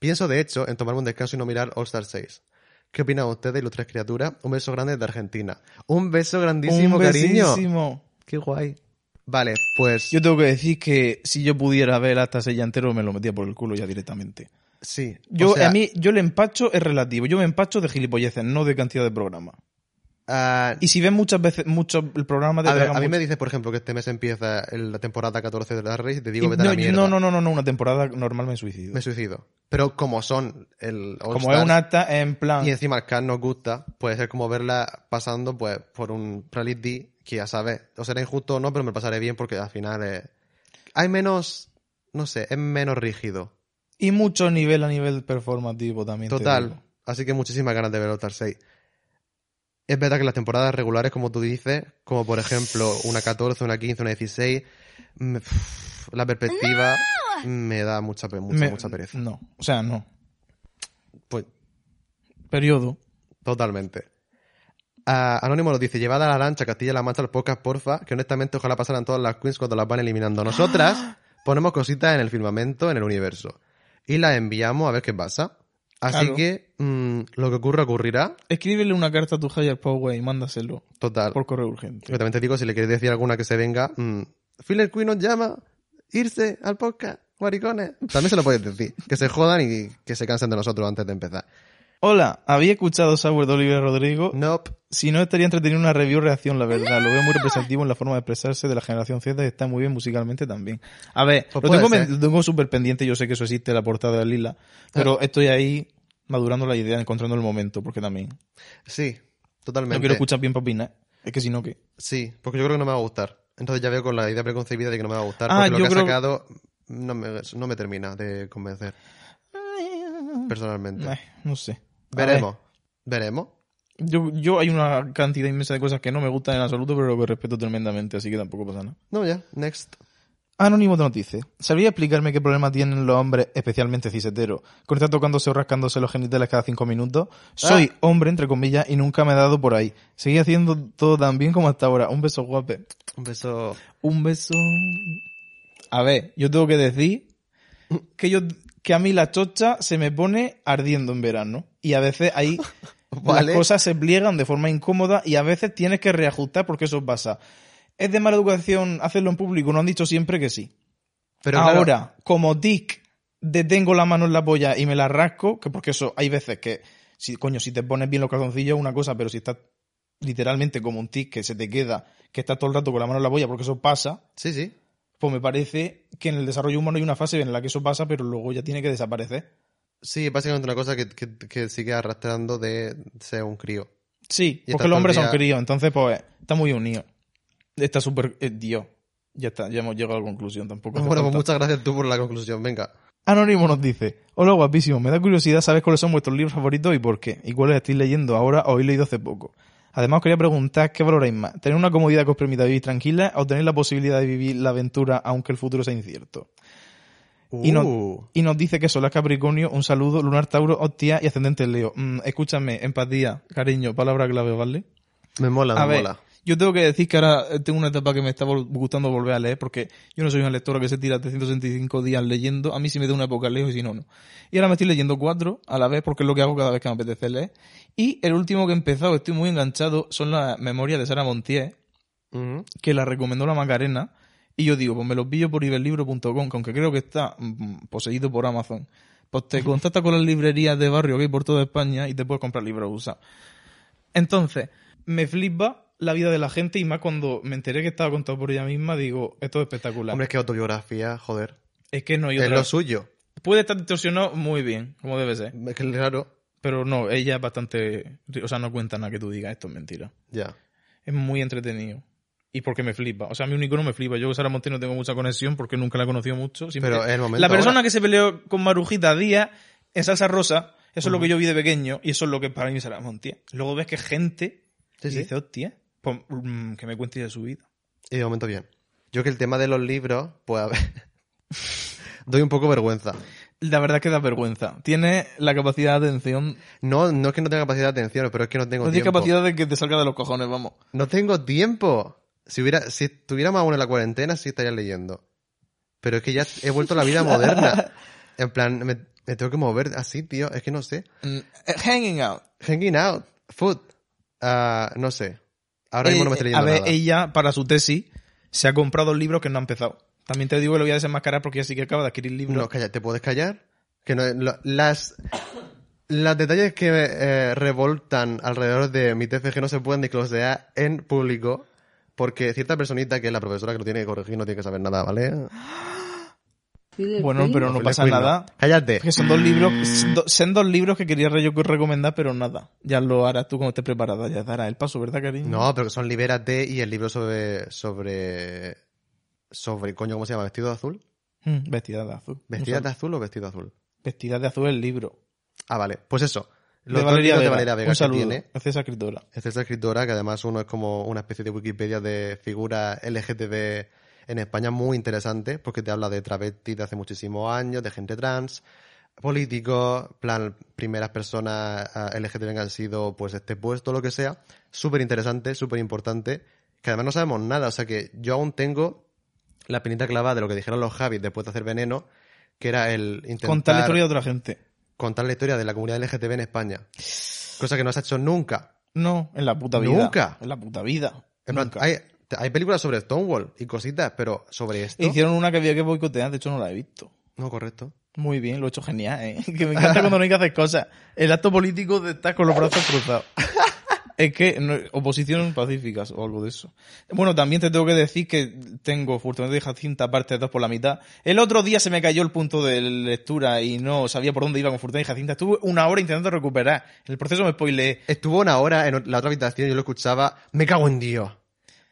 [SPEAKER 2] Pienso, de hecho, en tomarme un descanso y no mirar All Star 6. ¿Qué opinan ustedes, ilustres criaturas? Un beso grande de Argentina. Un beso grandísimo, cariño.
[SPEAKER 1] besísimo.
[SPEAKER 2] Qué guay. Vale, pues
[SPEAKER 1] Yo tengo que decir que si yo pudiera ver hasta ella entero, me lo metía por el culo ya directamente.
[SPEAKER 2] sí. o
[SPEAKER 1] Yo,
[SPEAKER 2] sea,
[SPEAKER 1] a mí, yo el empacho es relativo. Yo me empacho de gilipolleces, no de cantidad de programas.
[SPEAKER 2] ah,
[SPEAKER 1] Y si ves muchas veces mucho el programa de
[SPEAKER 2] a, ver, a mí me dices, por ejemplo, que este mes empieza el- la temporada 14 de Drag Race y te digo, vete a la
[SPEAKER 1] no,
[SPEAKER 2] mierda.
[SPEAKER 1] no, no, no, no, no, una temporada normal me suicido.
[SPEAKER 2] Me suicido. Pero como son el All
[SPEAKER 1] Como es
[SPEAKER 2] Stars,
[SPEAKER 1] un acta en plan.
[SPEAKER 2] Y encima el cast nos gusta, puede ser como verla pasando pues por un reality que ya sabes, o será injusto o no, pero me lo pasaré bien porque al final eh, hay menos, no sé, es menos rígido.
[SPEAKER 1] Y mucho nivel a nivel performativo también. te digo.
[SPEAKER 2] Total. Así que muchísimas ganas de ver All 6. Es verdad que las temporadas regulares, como tú dices, como por ejemplo una 14, una 15, una 16, me- pff, la perspectiva me da mucha, pe- mucha,
[SPEAKER 1] Me- mm.
[SPEAKER 2] mucha pereza.
[SPEAKER 1] No, o sea, no.
[SPEAKER 2] Pues
[SPEAKER 1] Periodo.
[SPEAKER 2] Totalmente. Ah, Anónimo nos dice, llevad a la lancha Castilla-La Mancha al podcast, porfa, que honestamente ojalá pasaran todas las queens cuando las van eliminando. Nosotras ponemos cositas en el firmamento, en el universo, y las enviamos a ver qué pasa. Así
[SPEAKER 1] Claro.
[SPEAKER 2] que mm, lo que ocurra ocurrirá,
[SPEAKER 1] Escríbele una carta a tu Higher Power y mándaselo
[SPEAKER 2] total.
[SPEAKER 1] por correo urgente.
[SPEAKER 2] Yo también te digo, si le queréis decir alguna que se venga, mm, Filler Queen nos llama, irse al podcast, guaricones. También se lo podéis decir, que se jodan y que se cansen de nosotros antes de empezar.
[SPEAKER 1] Hola, había escuchado Sour de Oliver Rodrigo.
[SPEAKER 2] Nope.
[SPEAKER 1] Si no, estaría entretenido una review reacción, la verdad. Lo veo muy representativo en la forma de expresarse de la generación Z y está muy bien musicalmente también. A ver,
[SPEAKER 2] Pues
[SPEAKER 1] lo
[SPEAKER 2] puede
[SPEAKER 1] tengo,
[SPEAKER 2] ser.
[SPEAKER 1] men- lo tengo súper pendiente, yo sé que eso existe, la portada de Lila, pero
[SPEAKER 2] Ah.
[SPEAKER 1] estoy ahí madurando la idea, encontrando el momento, porque también...
[SPEAKER 2] Sí,
[SPEAKER 1] No
[SPEAKER 2] totalmente.
[SPEAKER 1] quiero escuchar bien para opinar. Es que si no, ¿qué?
[SPEAKER 2] Sí, porque yo creo que no me va a gustar. Entonces ya veo con la idea preconcebida de que no me va a gustar.
[SPEAKER 1] Ah,
[SPEAKER 2] porque lo
[SPEAKER 1] yo
[SPEAKER 2] que ha
[SPEAKER 1] creo-
[SPEAKER 2] sacado no me, no me termina de convencer, personalmente.
[SPEAKER 1] Eh, no sé. A ver,
[SPEAKER 2] Veremos. Veremos.
[SPEAKER 1] Yo, yo hay una cantidad inmensa de cosas que no me gustan en absoluto, pero que respeto tremendamente, así que tampoco pasa nada.
[SPEAKER 2] No, ya. Next.
[SPEAKER 1] Anónimo te nos dice, ¿sabría explicarme qué problema tienen los hombres, especialmente ciseteros, con estar tocándose o rascándose los genitales cada cinco minutos? Soy hombre, entre comillas, y nunca me he dado por ahí. Seguí haciendo todo tan bien como hasta ahora. Un beso guape.
[SPEAKER 2] Un beso.
[SPEAKER 1] Un beso. A ver, yo tengo que decir que yo que a mí la chocha se me pone ardiendo en verano. Y a veces ahí
[SPEAKER 2] Vale.
[SPEAKER 1] las cosas se pliegan de forma incómoda y a veces tienes que reajustar porque eso pasa. ¿Es de mala educación hacerlo en público? No han dicho siempre que sí.
[SPEAKER 2] Pero claro,
[SPEAKER 1] Ahora, como Dick, detengo la mano en la polla y me la rasco, que porque eso hay veces que, si, coño, si te pones bien los calzoncillos es una cosa, pero si estás literalmente como un tic que se te queda, que estás todo el rato con la mano en la polla, porque eso pasa,
[SPEAKER 2] Sí, sí.
[SPEAKER 1] pues me parece que en el desarrollo humano hay una fase en la que eso pasa, pero luego ya tiene que desaparecer.
[SPEAKER 2] Sí, básicamente una cosa que, que, que sigue arrastrando de ser un crío.
[SPEAKER 1] Sí,
[SPEAKER 2] Y está
[SPEAKER 1] porque
[SPEAKER 2] todo
[SPEAKER 1] los hombres
[SPEAKER 2] el
[SPEAKER 1] son
[SPEAKER 2] día-
[SPEAKER 1] críos, entonces pues está muy unido. Está súper... eh, Dios. Ya está, ya hemos llegado a la conclusión tampoco. hace
[SPEAKER 2] bueno, pues
[SPEAKER 1] falta.
[SPEAKER 2] muchas gracias tú por la conclusión. Venga.
[SPEAKER 1] Anónimo nos dice, hola guapísimo, me da curiosidad saber cuáles son vuestros libros favoritos y por qué, y cuáles estáis leyendo ahora o habéis leído hace poco. Además os quería preguntar qué valoráis más, tener una comodidad que os permita vivir tranquila o tener la posibilidad de vivir la aventura aunque el futuro sea incierto. Y, no-
[SPEAKER 2] Uh,
[SPEAKER 1] y nos dice que son las Capricornio, un saludo, Lunar Tauro, Hostia y Ascendente Leo. Mm, escúchame, empatía, cariño, palabra clave, ¿vale?
[SPEAKER 2] Me mola,
[SPEAKER 1] A
[SPEAKER 2] me
[SPEAKER 1] ver,
[SPEAKER 2] Ah, mola.
[SPEAKER 1] yo tengo que decir que ahora eh, tengo una etapa que me está vol- gustando volver a leer, porque yo no soy una lectora que se tira 365 días leyendo. A mí si me da una época leo y si no, no. Y ahora me estoy leyendo cuatro a la vez, porque es lo que hago cada vez que me apetece leer. Y el último que he empezado, estoy muy enganchado, son las memorias de Sara Montiel,
[SPEAKER 2] Ujú.
[SPEAKER 1] que la recomendó la Macarena. Y yo digo, pues me los pillo por ibelibro.com, que aunque creo que está mm, poseído por Amazon. Pues te contactas con las librerías de barrio que hay por toda España y te puedes comprar libros usados. Entonces, me flipa la vida de la gente y más cuando me enteré que estaba contado por ella misma, digo, esto es espectacular.
[SPEAKER 2] Hombre, es que autobiografía, joder.
[SPEAKER 1] es que no hay
[SPEAKER 2] Es
[SPEAKER 1] otra.
[SPEAKER 2] lo suyo.
[SPEAKER 1] Puede estar distorsionado muy bien, como debe ser.
[SPEAKER 2] Es que claro.
[SPEAKER 1] Pero no, ella es bastante. O sea, no cuenta nada que tú digas esto es mentira.
[SPEAKER 2] Ya.
[SPEAKER 1] Es muy entretenido. Y porque me flipa. O sea, a mí un icono me flipa. Yo con Sara Montiel no tengo mucha conexión porque nunca la he conocido mucho. Siempre-
[SPEAKER 2] Pero es el momento.
[SPEAKER 1] la persona
[SPEAKER 2] ahora.
[SPEAKER 1] que se peleó con Marujita Díaz en Salsa Rosa, eso es lo que yo vi de pequeño y eso es lo que para mí es Sara Montiel. Luego ves que gente
[SPEAKER 2] Sí,
[SPEAKER 1] y
[SPEAKER 2] sí.
[SPEAKER 1] dice, hostia, pues, mm, que me cuente de su vida.
[SPEAKER 2] Y de momento bien. Yo que el tema de los libros, pues a ver. Doy un poco vergüenza.
[SPEAKER 1] La verdad es que da vergüenza. Tiene la capacidad de atención.
[SPEAKER 2] No, no es que no tenga capacidad de atención, pero es que no tengo
[SPEAKER 1] No tiene
[SPEAKER 2] tiempo.
[SPEAKER 1] capacidad de que te salga de los cojones, vamos.
[SPEAKER 2] No tengo tiempo. Si hubiera, si estuviéramos aún en la cuarentena, sí estaría leyendo. Pero es que ya he vuelto a la vida moderna. En plan, me, me tengo que mover así, tío. Es que no sé.
[SPEAKER 1] Mm, eh, Hanging out.
[SPEAKER 2] Hanging out, food. Ah, no sé. Ahora mismo no me estoy
[SPEAKER 1] Eh,
[SPEAKER 2] leyendo
[SPEAKER 1] a ver,
[SPEAKER 2] nada.
[SPEAKER 1] ella, para su tesis, se ha comprado libros que no ha empezado. También te digo que lo voy a desenmascarar porque ella sí que acaba de adquirir libros.
[SPEAKER 2] No, calla, ¿te puedes callar? Que no, lo- las, las detalles que eh, revoltan alrededor de mi TFG no se pueden desglosear en público porque cierta personita que es la profesora que lo tiene que corregir no tiene que saber nada, ¿vale? Pues
[SPEAKER 1] Bueno, pero no
[SPEAKER 2] Le
[SPEAKER 1] pasa
[SPEAKER 2] cuido.
[SPEAKER 1] nada.
[SPEAKER 2] Cállate.
[SPEAKER 1] Es que son dos libros, son do- son dos libros que quería re- yo recomendar, pero nada. Ya lo harás tú cuando estés preparada, ya darás el paso, ¿verdad, cariño?
[SPEAKER 2] No, pero que son Libérate y el libro sobre, sobre, sobre, coño, ¿cómo se llama? ¿Vestido de azul?
[SPEAKER 1] Mm, vestida de azul.
[SPEAKER 2] ¿Vestida
[SPEAKER 1] Un
[SPEAKER 2] de
[SPEAKER 1] sal-
[SPEAKER 2] azul o vestido azul?
[SPEAKER 1] Vestida de azul es el libro.
[SPEAKER 2] Ah, vale. Pues eso. Los
[SPEAKER 1] de
[SPEAKER 2] dos
[SPEAKER 1] Valeria
[SPEAKER 2] libros
[SPEAKER 1] Vega.
[SPEAKER 2] de Valeria Vega
[SPEAKER 1] Un
[SPEAKER 2] que
[SPEAKER 1] saludo.
[SPEAKER 2] tiene.
[SPEAKER 1] Hace esa escritora.
[SPEAKER 2] Es esta escritora este que además uno es como una especie de Wikipedia de figuras LGTB en España muy interesante porque te habla de travestis de hace muchísimos años, de gente trans, políticos, plan, primeras personas ah, LGTB que han sido pues este puesto, lo que sea. Súper interesante, súper importante, que además no sabemos nada, o sea que yo aún tengo la pinita clavada de lo que dijeron los Javis después de hacer Veneno, que era el intentar
[SPEAKER 1] Contar la historia de otra gente.
[SPEAKER 2] contar la historia de la comunidad LGTB en España. Cosa que no se ha hecho nunca.
[SPEAKER 1] No, en la puta vida.
[SPEAKER 2] Nunca.
[SPEAKER 1] En la puta vida.
[SPEAKER 2] En plan,
[SPEAKER 1] Nunca.
[SPEAKER 2] hay, hay películas sobre Stonewall y cositas, pero sobre esto.
[SPEAKER 1] Hicieron una que había que boicotear, de hecho no la he visto.
[SPEAKER 2] No, correcto.
[SPEAKER 1] Muy bien, lo he hecho genial, ¿eh? Que me encanta cuando no hay que hacer cosas. El acto político de estar con los brazos cruzados. Es que no- oposición pacíficas o algo de eso. Bueno, también te tengo que decir que tengo Furtamente de Jacinta parte 2 por la mitad. El otro día se me cayó el punto de lectura y no sabía por dónde iba con Furtamente de Jacinta. Estuve una hora intentando recuperar. En el proceso me spoileé.
[SPEAKER 2] Estuvo una hora en la otra habitación, yo lo escuchaba, me cago en Dios.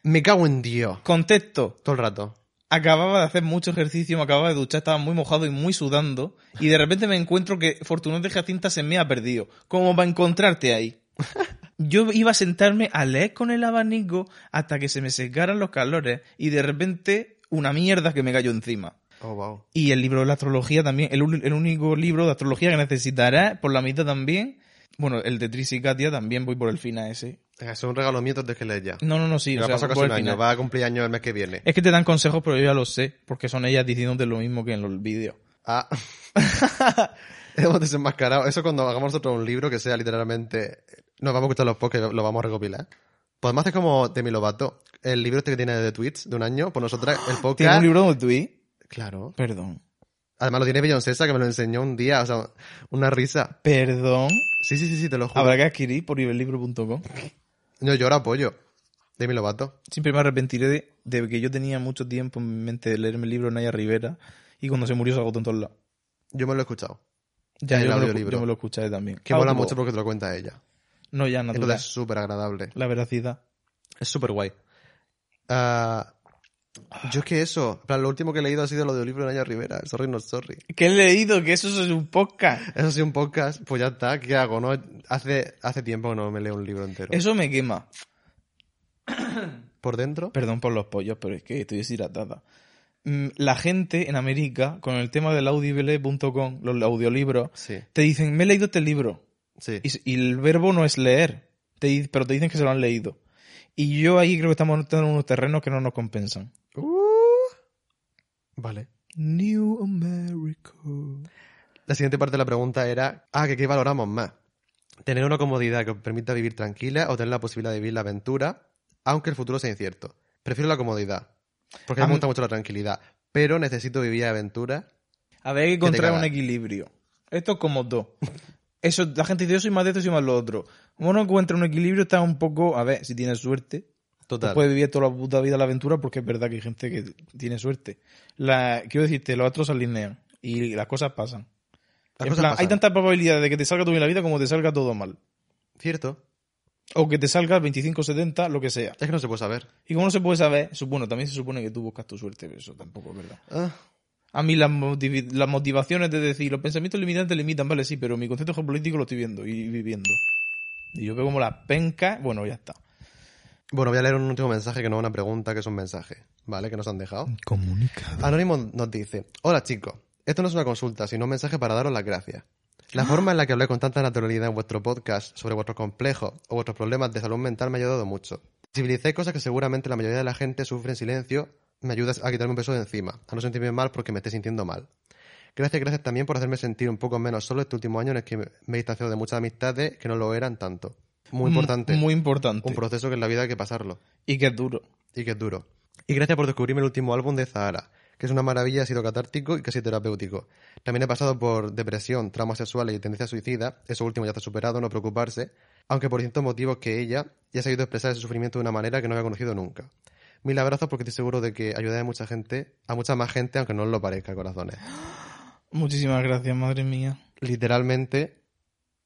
[SPEAKER 2] Me cago en Dios.
[SPEAKER 1] Contexto.
[SPEAKER 2] Todo el rato.
[SPEAKER 1] Acababa de hacer mucho ejercicio, me acababa de duchar, estaba muy mojado y muy sudando. Y de repente me encuentro que Fortunato de Jacinta se me ha perdido. Como para encontrarte ahí. Yo iba a sentarme a leer con el abanico hasta que se me secaran los calores y de repente una mierda que me cayó encima.
[SPEAKER 2] Oh, wow.
[SPEAKER 1] Y el libro de la astrología también, el, ul- el único libro de astrología que necesitarás por la mitad también. Bueno, el de Tris y Katia también voy por el final ese.
[SPEAKER 2] Es un regalo mío de que lees ya.
[SPEAKER 1] No, no, no, sí.
[SPEAKER 2] Me
[SPEAKER 1] o
[SPEAKER 2] la
[SPEAKER 1] sea,
[SPEAKER 2] paso casi
[SPEAKER 1] voy
[SPEAKER 2] un
[SPEAKER 1] al
[SPEAKER 2] año,
[SPEAKER 1] final. Eh.
[SPEAKER 2] va a cumplir años el mes que viene.
[SPEAKER 1] Es que te dan consejos, pero yo ya lo sé, porque son ellas diciéndote lo mismo que en los vídeos.
[SPEAKER 2] Ah. Hemos desenmascarado. Eso cuando hagamos nosotros un libro que sea literalmente. Nos vamos a escuchar los podcasts y lo vamos a recopilar. Podemos hacer como Demi Lovato, el libro este que tiene de tweets de un año, por nosotras, el podcast.
[SPEAKER 1] ¿Tiene un libro donde tú vi?
[SPEAKER 2] Claro.
[SPEAKER 1] Perdón.
[SPEAKER 2] Además lo tiene Beyoncé, que me lo enseñó un día, o sea, una risa.
[SPEAKER 1] Perdón.
[SPEAKER 2] Sí, sí, sí, sí, te lo juro.
[SPEAKER 1] Habrá que adquirir por ibellibro.com.
[SPEAKER 2] No, yo ahora apoyo. Demi Lovato.
[SPEAKER 1] Siempre me arrepentiré de, de que yo tenía mucho tiempo en mi mente de leerme el libro de Naya Rivera y cuando se murió se agotó en todos lados.
[SPEAKER 2] Yo me lo he escuchado.
[SPEAKER 1] Ya,
[SPEAKER 2] El
[SPEAKER 1] yo me, lo,
[SPEAKER 2] audiolibro.
[SPEAKER 1] yo me lo escucharé también.
[SPEAKER 2] Que mola
[SPEAKER 1] Audio.
[SPEAKER 2] mucho porque te lo cuenta ella.
[SPEAKER 1] No, ya, natural.
[SPEAKER 2] Entonces es súper agradable.
[SPEAKER 1] La veracidad.
[SPEAKER 2] Es súper guay. Ah, yo es que eso, en plan, lo último que he leído ha sido lo del libro de Naya Rivera. Sorry, not sorry.
[SPEAKER 1] Que he leído que eso es un podcast.
[SPEAKER 2] Eso sí, un podcast, pues ya está, ¿qué hago? No? Hace, hace tiempo que no me leo un libro entero.
[SPEAKER 1] Eso me quema.
[SPEAKER 2] ¿Por dentro?
[SPEAKER 1] Perdón por los pollos, pero es que estoy deshidratada. Mm, La gente en América, con el tema del audible.com, los audiolibros,
[SPEAKER 2] Sí,
[SPEAKER 1] te dicen, me he leído este libro.
[SPEAKER 2] sí.
[SPEAKER 1] Y, s- y el verbo no es leer, te di- pero te dicen que se lo han leído. Y yo ahí creo que estamos en unos terrenos que no nos compensan.
[SPEAKER 2] Uh. Vale.
[SPEAKER 1] New America.
[SPEAKER 2] La siguiente parte de la pregunta era, ah, que qué valoramos más. Tener una comodidad que os permita vivir tranquila o tener la posibilidad de vivir la aventura, aunque el futuro sea incierto. Prefiero la comodidad, porque a mí me
[SPEAKER 1] Am-
[SPEAKER 2] gusta mucho la tranquilidad, pero necesito vivir aventura.
[SPEAKER 1] A ver, hay que
[SPEAKER 2] te
[SPEAKER 1] encontrar
[SPEAKER 2] cagas.
[SPEAKER 1] un equilibrio. Esto es como dos. Eso, la gente dice, yo soy más de esto, soy más de lo otro. Como no encuentra un equilibrio, está un poco, a ver, si tienes suerte,
[SPEAKER 2] Total.
[SPEAKER 1] Tú puedes vivir toda la puta vida la aventura porque es verdad que hay gente que tiene suerte. La, quiero decirte, los astros se alinean y las cosas pasan.
[SPEAKER 2] Las
[SPEAKER 1] En
[SPEAKER 2] cosas
[SPEAKER 1] plan,
[SPEAKER 2] pasan.
[SPEAKER 1] Hay tanta probabilidad de que te salga todo bien la vida como te salga todo mal.
[SPEAKER 2] Cierto.
[SPEAKER 1] O que te salga 25-70, lo que sea.
[SPEAKER 2] Es que no se puede saber.
[SPEAKER 1] Y como no se puede saber, su- bueno, también se supone que tú buscas tu suerte, pero eso tampoco es verdad.
[SPEAKER 2] Ah,
[SPEAKER 1] A mí las, motivi- las motivaciones de decir, los pensamientos limitantes limitan, vale, sí, pero mi concepto geopolítico lo estoy viendo y viviendo. Y yo veo como las pencas, bueno, ya está.
[SPEAKER 2] Bueno, voy a leer un último mensaje que no es una pregunta, que es un mensaje, ¿vale? Que nos han dejado.
[SPEAKER 5] Comunicado.
[SPEAKER 2] Anónimo nos dice, hola chicos, esto no es una consulta, sino un mensaje para daros las gracias. La forma en la que habláis con tanta naturalidad en vuestro podcast sobre vuestros complejos o vuestros problemas de salud mental me ha ayudado mucho. Visibilicé cosas que seguramente la mayoría de la gente sufre en silencio, me ayudas a quitarme un peso de encima, a no sentirme mal porque me esté sintiendo mal. Gracias, gracias también por hacerme sentir un poco menos solo este último año en el que me he distanciado de muchas amistades que no lo eran tanto. Muy
[SPEAKER 1] M-
[SPEAKER 2] importante.
[SPEAKER 1] Mm, Muy importante.
[SPEAKER 2] un proceso que en la vida hay que pasarlo
[SPEAKER 1] y que es duro.
[SPEAKER 2] y que es duro. Y gracias por descubrirme el último álbum de Zahara, que es una maravilla, ha sido catártico y casi terapéutico. También he pasado por depresión, traumas sexuales y tendencia suicida, eso último ya está superado, no preocuparse, aunque por distintos motivos que ella ya se ha ido a expresar ese sufrimiento de una manera que no había conocido nunca. Mil abrazos porque estoy seguro de que ayudáis a mucha gente, a mucha más gente, aunque no os lo parezca, corazones.
[SPEAKER 1] Muchísimas gracias, madre mía.
[SPEAKER 2] Literalmente,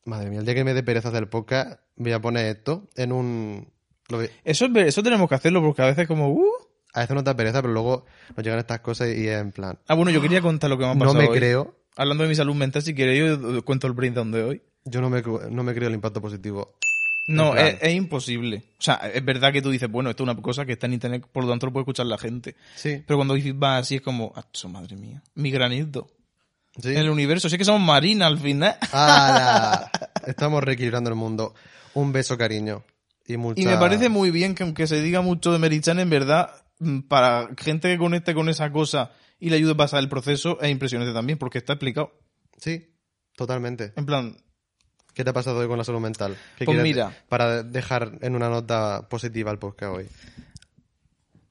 [SPEAKER 2] madre mía, el día que me dé pereza del podcast, voy a poner esto en un... lo voy-
[SPEAKER 1] Eso, es ver- eso tenemos que hacerlo porque a veces como... Uh,
[SPEAKER 2] A veces no da pereza, pero luego nos llegan estas cosas y es en plan...
[SPEAKER 1] ah, bueno, yo quería contar lo que me ha
[SPEAKER 2] No
[SPEAKER 1] pasado
[SPEAKER 2] me
[SPEAKER 1] hoy.
[SPEAKER 2] creo,
[SPEAKER 1] Hablando de mi salud mental, si queréis, yo eh, cuento el breakdown de hoy.
[SPEAKER 2] yo no me, cu- no me creo el impacto positivo. En
[SPEAKER 1] No,
[SPEAKER 2] plan.
[SPEAKER 1] es, es imposible. O sea, es verdad que tú dices, bueno, esto es una cosa que está en internet, por lo tanto lo puede escuchar la gente.
[SPEAKER 2] Sí,
[SPEAKER 1] Pero cuando vas así es como, "Acho, madre mía, mi granito.
[SPEAKER 2] sí.
[SPEAKER 1] En el universo, sí que somos marina al final.
[SPEAKER 2] ¡Hala! Estamos reequilibrando el mundo. Un beso, cariño. Y, mucha...
[SPEAKER 1] Y me parece muy bien que aunque se diga mucho de Merichan, en verdad, mm, para gente que conecte con esa cosa y le ayude a pasar el proceso, es impresionante también, porque está explicado.
[SPEAKER 2] Sí, totalmente.
[SPEAKER 1] En plan,
[SPEAKER 2] ¿Qué te ha pasado hoy con la salud mental? ¿Qué
[SPEAKER 1] Pues
[SPEAKER 2] quieres
[SPEAKER 1] mira.
[SPEAKER 2] de- Para dejar en una nota positiva el podcast hoy.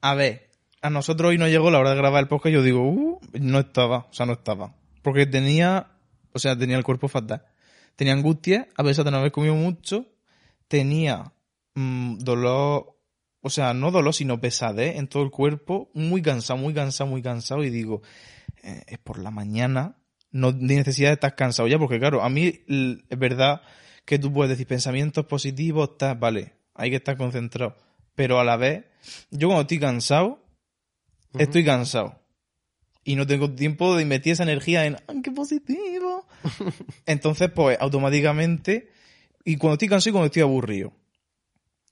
[SPEAKER 1] A ver, a nosotros hoy no llegó la hora de grabar el podcast. Yo digo, uh, no estaba, o sea, no estaba. Porque tenía, o sea, tenía el cuerpo fatal. Tenía angustia, a pesar de no haber comido mucho. Tenía mm, dolor, o sea, no dolor, sino pesadez en todo el cuerpo. Muy cansado, muy cansado, muy cansado. Y digo, eh, es por la mañana. No hay necesidad de estar cansado ya, porque claro, a mí l- es verdad que tú puedes decir pensamientos positivos, tal, vale, hay que estar concentrado. Pero a la vez, yo cuando estoy cansado,
[SPEAKER 2] Ujú.
[SPEAKER 1] estoy cansado. Y no tengo tiempo de invertir esa energía en, ¡ay, qué positivo! Entonces, pues, automáticamente, y cuando estoy cansado y cuando estoy aburrido.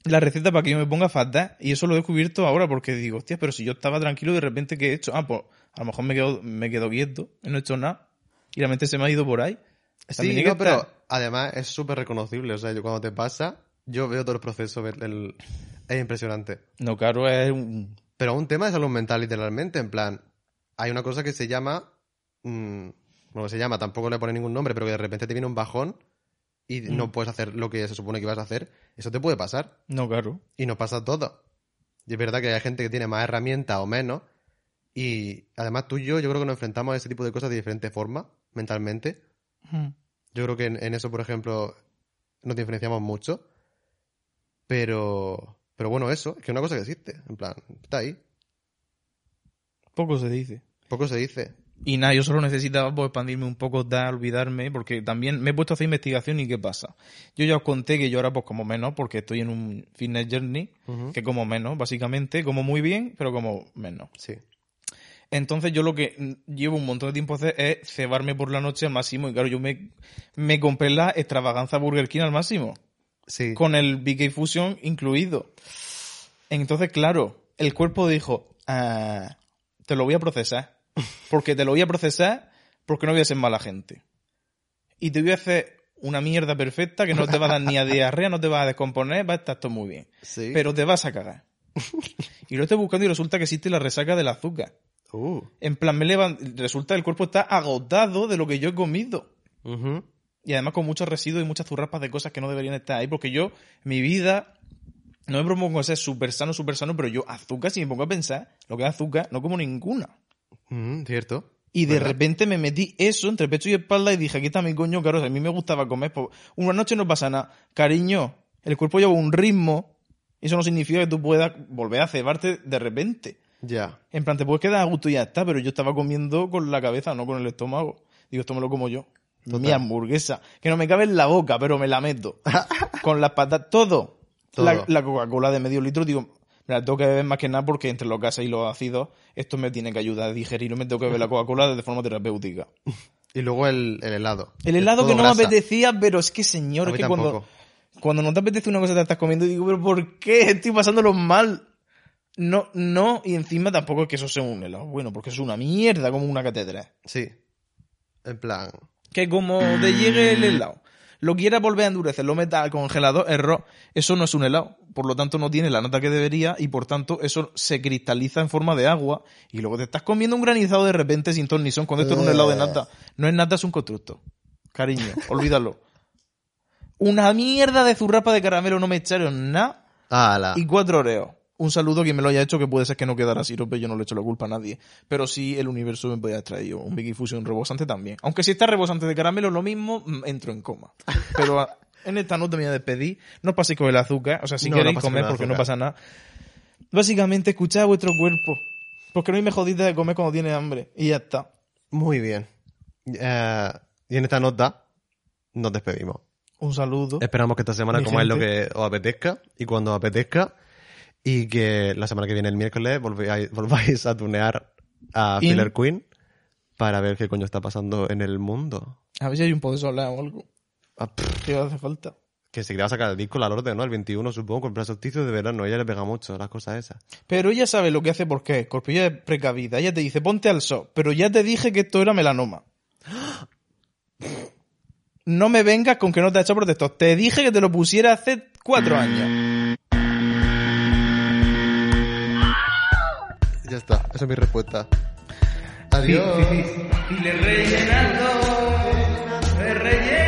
[SPEAKER 1] La receta para que yo me ponga fatal, y eso lo he descubierto ahora porque digo, hostia, pero si yo estaba tranquilo y de repente, ¿qué he hecho? Ah, pues, a lo mejor me quedo, me quedo quieto, no he hecho nada, y la mente se me ha ido por ahí. También
[SPEAKER 2] Sí,
[SPEAKER 1] hay que
[SPEAKER 2] no, pero
[SPEAKER 1] estar-
[SPEAKER 2] además es súper reconocible. O sea, yo cuando te pasa, yo veo todo el proceso. ver el- Es impresionante.
[SPEAKER 1] No, claro, es un...
[SPEAKER 2] Pero un tema de salud mental, literalmente, en plan, hay una cosa que se llama, mm, bueno, que se llama, tampoco le pone ningún nombre, pero que de repente te viene un bajón y no puedes hacer lo que se supone que vas a hacer. Eso te puede pasar
[SPEAKER 1] No, claro.
[SPEAKER 2] y nos pasa a todos. Y es verdad que hay gente que tiene más herramientas o menos. Y además tú y yo, yo creo que nos enfrentamos a ese tipo de cosas de diferentes formas, mentalmente. Yo creo que en, en eso, por ejemplo, nos diferenciamos mucho. Pero, pero bueno, eso, es que es una cosa que existe. En plan, está ahí.
[SPEAKER 1] Poco se dice.
[SPEAKER 2] Poco se dice.
[SPEAKER 1] Y nada, yo solo necesitaba pues, expandirme un poco, dar, olvidarme, porque también me he puesto a hacer investigación y qué pasa. Yo ya os conté que yo ahora pues como menos, porque estoy en un fitness journey,
[SPEAKER 2] Ujú.
[SPEAKER 1] que como menos, básicamente, como muy bien, pero como menos.
[SPEAKER 2] Sí.
[SPEAKER 1] Entonces yo lo que mm, llevo un montón de tiempo hacer es cebarme por la noche al máximo, y claro, yo me, me compré la extravaganza Burger King al máximo.
[SPEAKER 2] Sí.
[SPEAKER 1] con el BK Fusion incluido. Entonces, claro, el cuerpo dijo, "Ah, te lo voy a procesar, porque te lo voy a procesar porque no voy a ser mala gente. Y te voy a hacer una mierda perfecta que no te va a dar ni a diarrea, no te va a descomponer, va a estar todo muy bien.
[SPEAKER 2] Sí.
[SPEAKER 1] Pero te vas a cagar. Y lo estoy buscando y resulta que existe la resaca del azúcar.
[SPEAKER 2] Uh.
[SPEAKER 1] En plan, me levanto, resulta que el cuerpo está agotado de lo que yo he comido.
[SPEAKER 2] Ujú.
[SPEAKER 1] Y además con muchos residuos y muchas zurrapas de cosas que no deberían estar ahí, porque yo, mi vida, no me propongo ser súper sano, súper sano, pero yo azúcar, si me pongo a pensar, lo que es azúcar, no como ninguna.
[SPEAKER 2] Ujú, Cierto.
[SPEAKER 1] Y de
[SPEAKER 2] ¿Verdad?
[SPEAKER 1] repente me metí eso entre pecho y espalda y dije, aquí está mi coño, caro. A mí me gustaba comer. pues, una noche no pasa nada. Cariño, el cuerpo lleva un ritmo. Eso no significa que tú puedas volver a cebarte de repente.
[SPEAKER 2] Ya.
[SPEAKER 1] En plan, te puedes quedar a gusto y ya está, pero yo estaba comiendo con la cabeza, no con el estómago. Digo, esto me lo como yo. Mi hamburguesa. Que no me cabe en la boca, pero me la meto. con las patas, todo.
[SPEAKER 2] Todo.
[SPEAKER 1] La, la Coca-Cola de medio litro, digo, me la tengo que beber más que nada porque entre los gases y los ácidos, esto me tiene que ayudar a digerir. No me tengo que beber la Coca-Cola de forma terapéutica.
[SPEAKER 2] Y luego el, el helado.
[SPEAKER 1] El helado
[SPEAKER 2] Todo
[SPEAKER 1] que no
[SPEAKER 2] grasa.
[SPEAKER 1] me apetecía, pero es que
[SPEAKER 2] A
[SPEAKER 1] señor, es
[SPEAKER 2] mí
[SPEAKER 1] que cuando,
[SPEAKER 2] tampoco.
[SPEAKER 1] cuando no te apetece una cosa te la estás comiendo y digo, pero ¿por qué? Estoy pasándolo mal. No, no, y encima tampoco es que eso sea un helado bueno, porque es una mierda como una catedral.
[SPEAKER 2] Sí. En plan.
[SPEAKER 1] Que como te llegue el helado, lo quieras volver a endurecer, lo metas al congelador, error, eso no es un helado. Por lo tanto, no tiene la nota que debería y por tanto, eso se cristaliza en forma de agua y luego te estás comiendo un granizado de repente sin ton ni son cuando esto era un helado de nata. No es nata, es un constructo. Cariño, olvídalo. Una mierda de zurrapa de caramelo no me echaron nada
[SPEAKER 2] Ala.
[SPEAKER 1] y cuatro oreos. Un saludo a quien me lo haya hecho, que puede ser que no quedara sirope, yo no le echo la culpa a nadie. Pero sí, el universo me podía traer un Big Fusion rebosante también. Aunque si está rebosante de caramelo, lo mismo, mm, entro en coma. Pero a- en esta nota me voy a despedir. No os paséis con el azúcar, o sea, si
[SPEAKER 2] No, no
[SPEAKER 1] queréis
[SPEAKER 2] paséis con
[SPEAKER 1] comer
[SPEAKER 2] el
[SPEAKER 1] porque no
[SPEAKER 2] azúcar.
[SPEAKER 1] pasa nada. Básicamente, escuchad a vuestro cuerpo. Porque no hay mejor dieta de comer cuando tiene hambre. Y ya está.
[SPEAKER 2] Muy bien. Eh, y en esta nota nos despedimos.
[SPEAKER 1] Un saludo.
[SPEAKER 2] Esperamos que esta semana
[SPEAKER 1] Mi
[SPEAKER 2] comáis lo
[SPEAKER 1] gente.
[SPEAKER 2] que os apetezca y cuando os apetezca. Y que la semana que viene, el miércoles, volváis, volváis a tunear a
[SPEAKER 1] In-
[SPEAKER 2] Filler Queen para ver qué coño está pasando en el mundo.
[SPEAKER 1] A ver si hay un poder solar o algo.
[SPEAKER 2] Ah, pff,
[SPEAKER 1] Que hace falta.
[SPEAKER 2] que se quería sacar el disco la Lorde, ¿no? El 21, supongo, con el solsticio de verano. Ella le pega mucho las cosas esas.
[SPEAKER 1] Pero ella sabe lo que hace porque Corpillo es precavida. Ella te dice, ponte al sol. Pero ya te dije que esto era melanoma. No me vengas con que no te ha hecho protestos. Te dije que te lo pusiera hace cuatro años.
[SPEAKER 2] Ya está, esa es mi respuesta. Adiós.
[SPEAKER 1] Y le rellenando, le rellenando.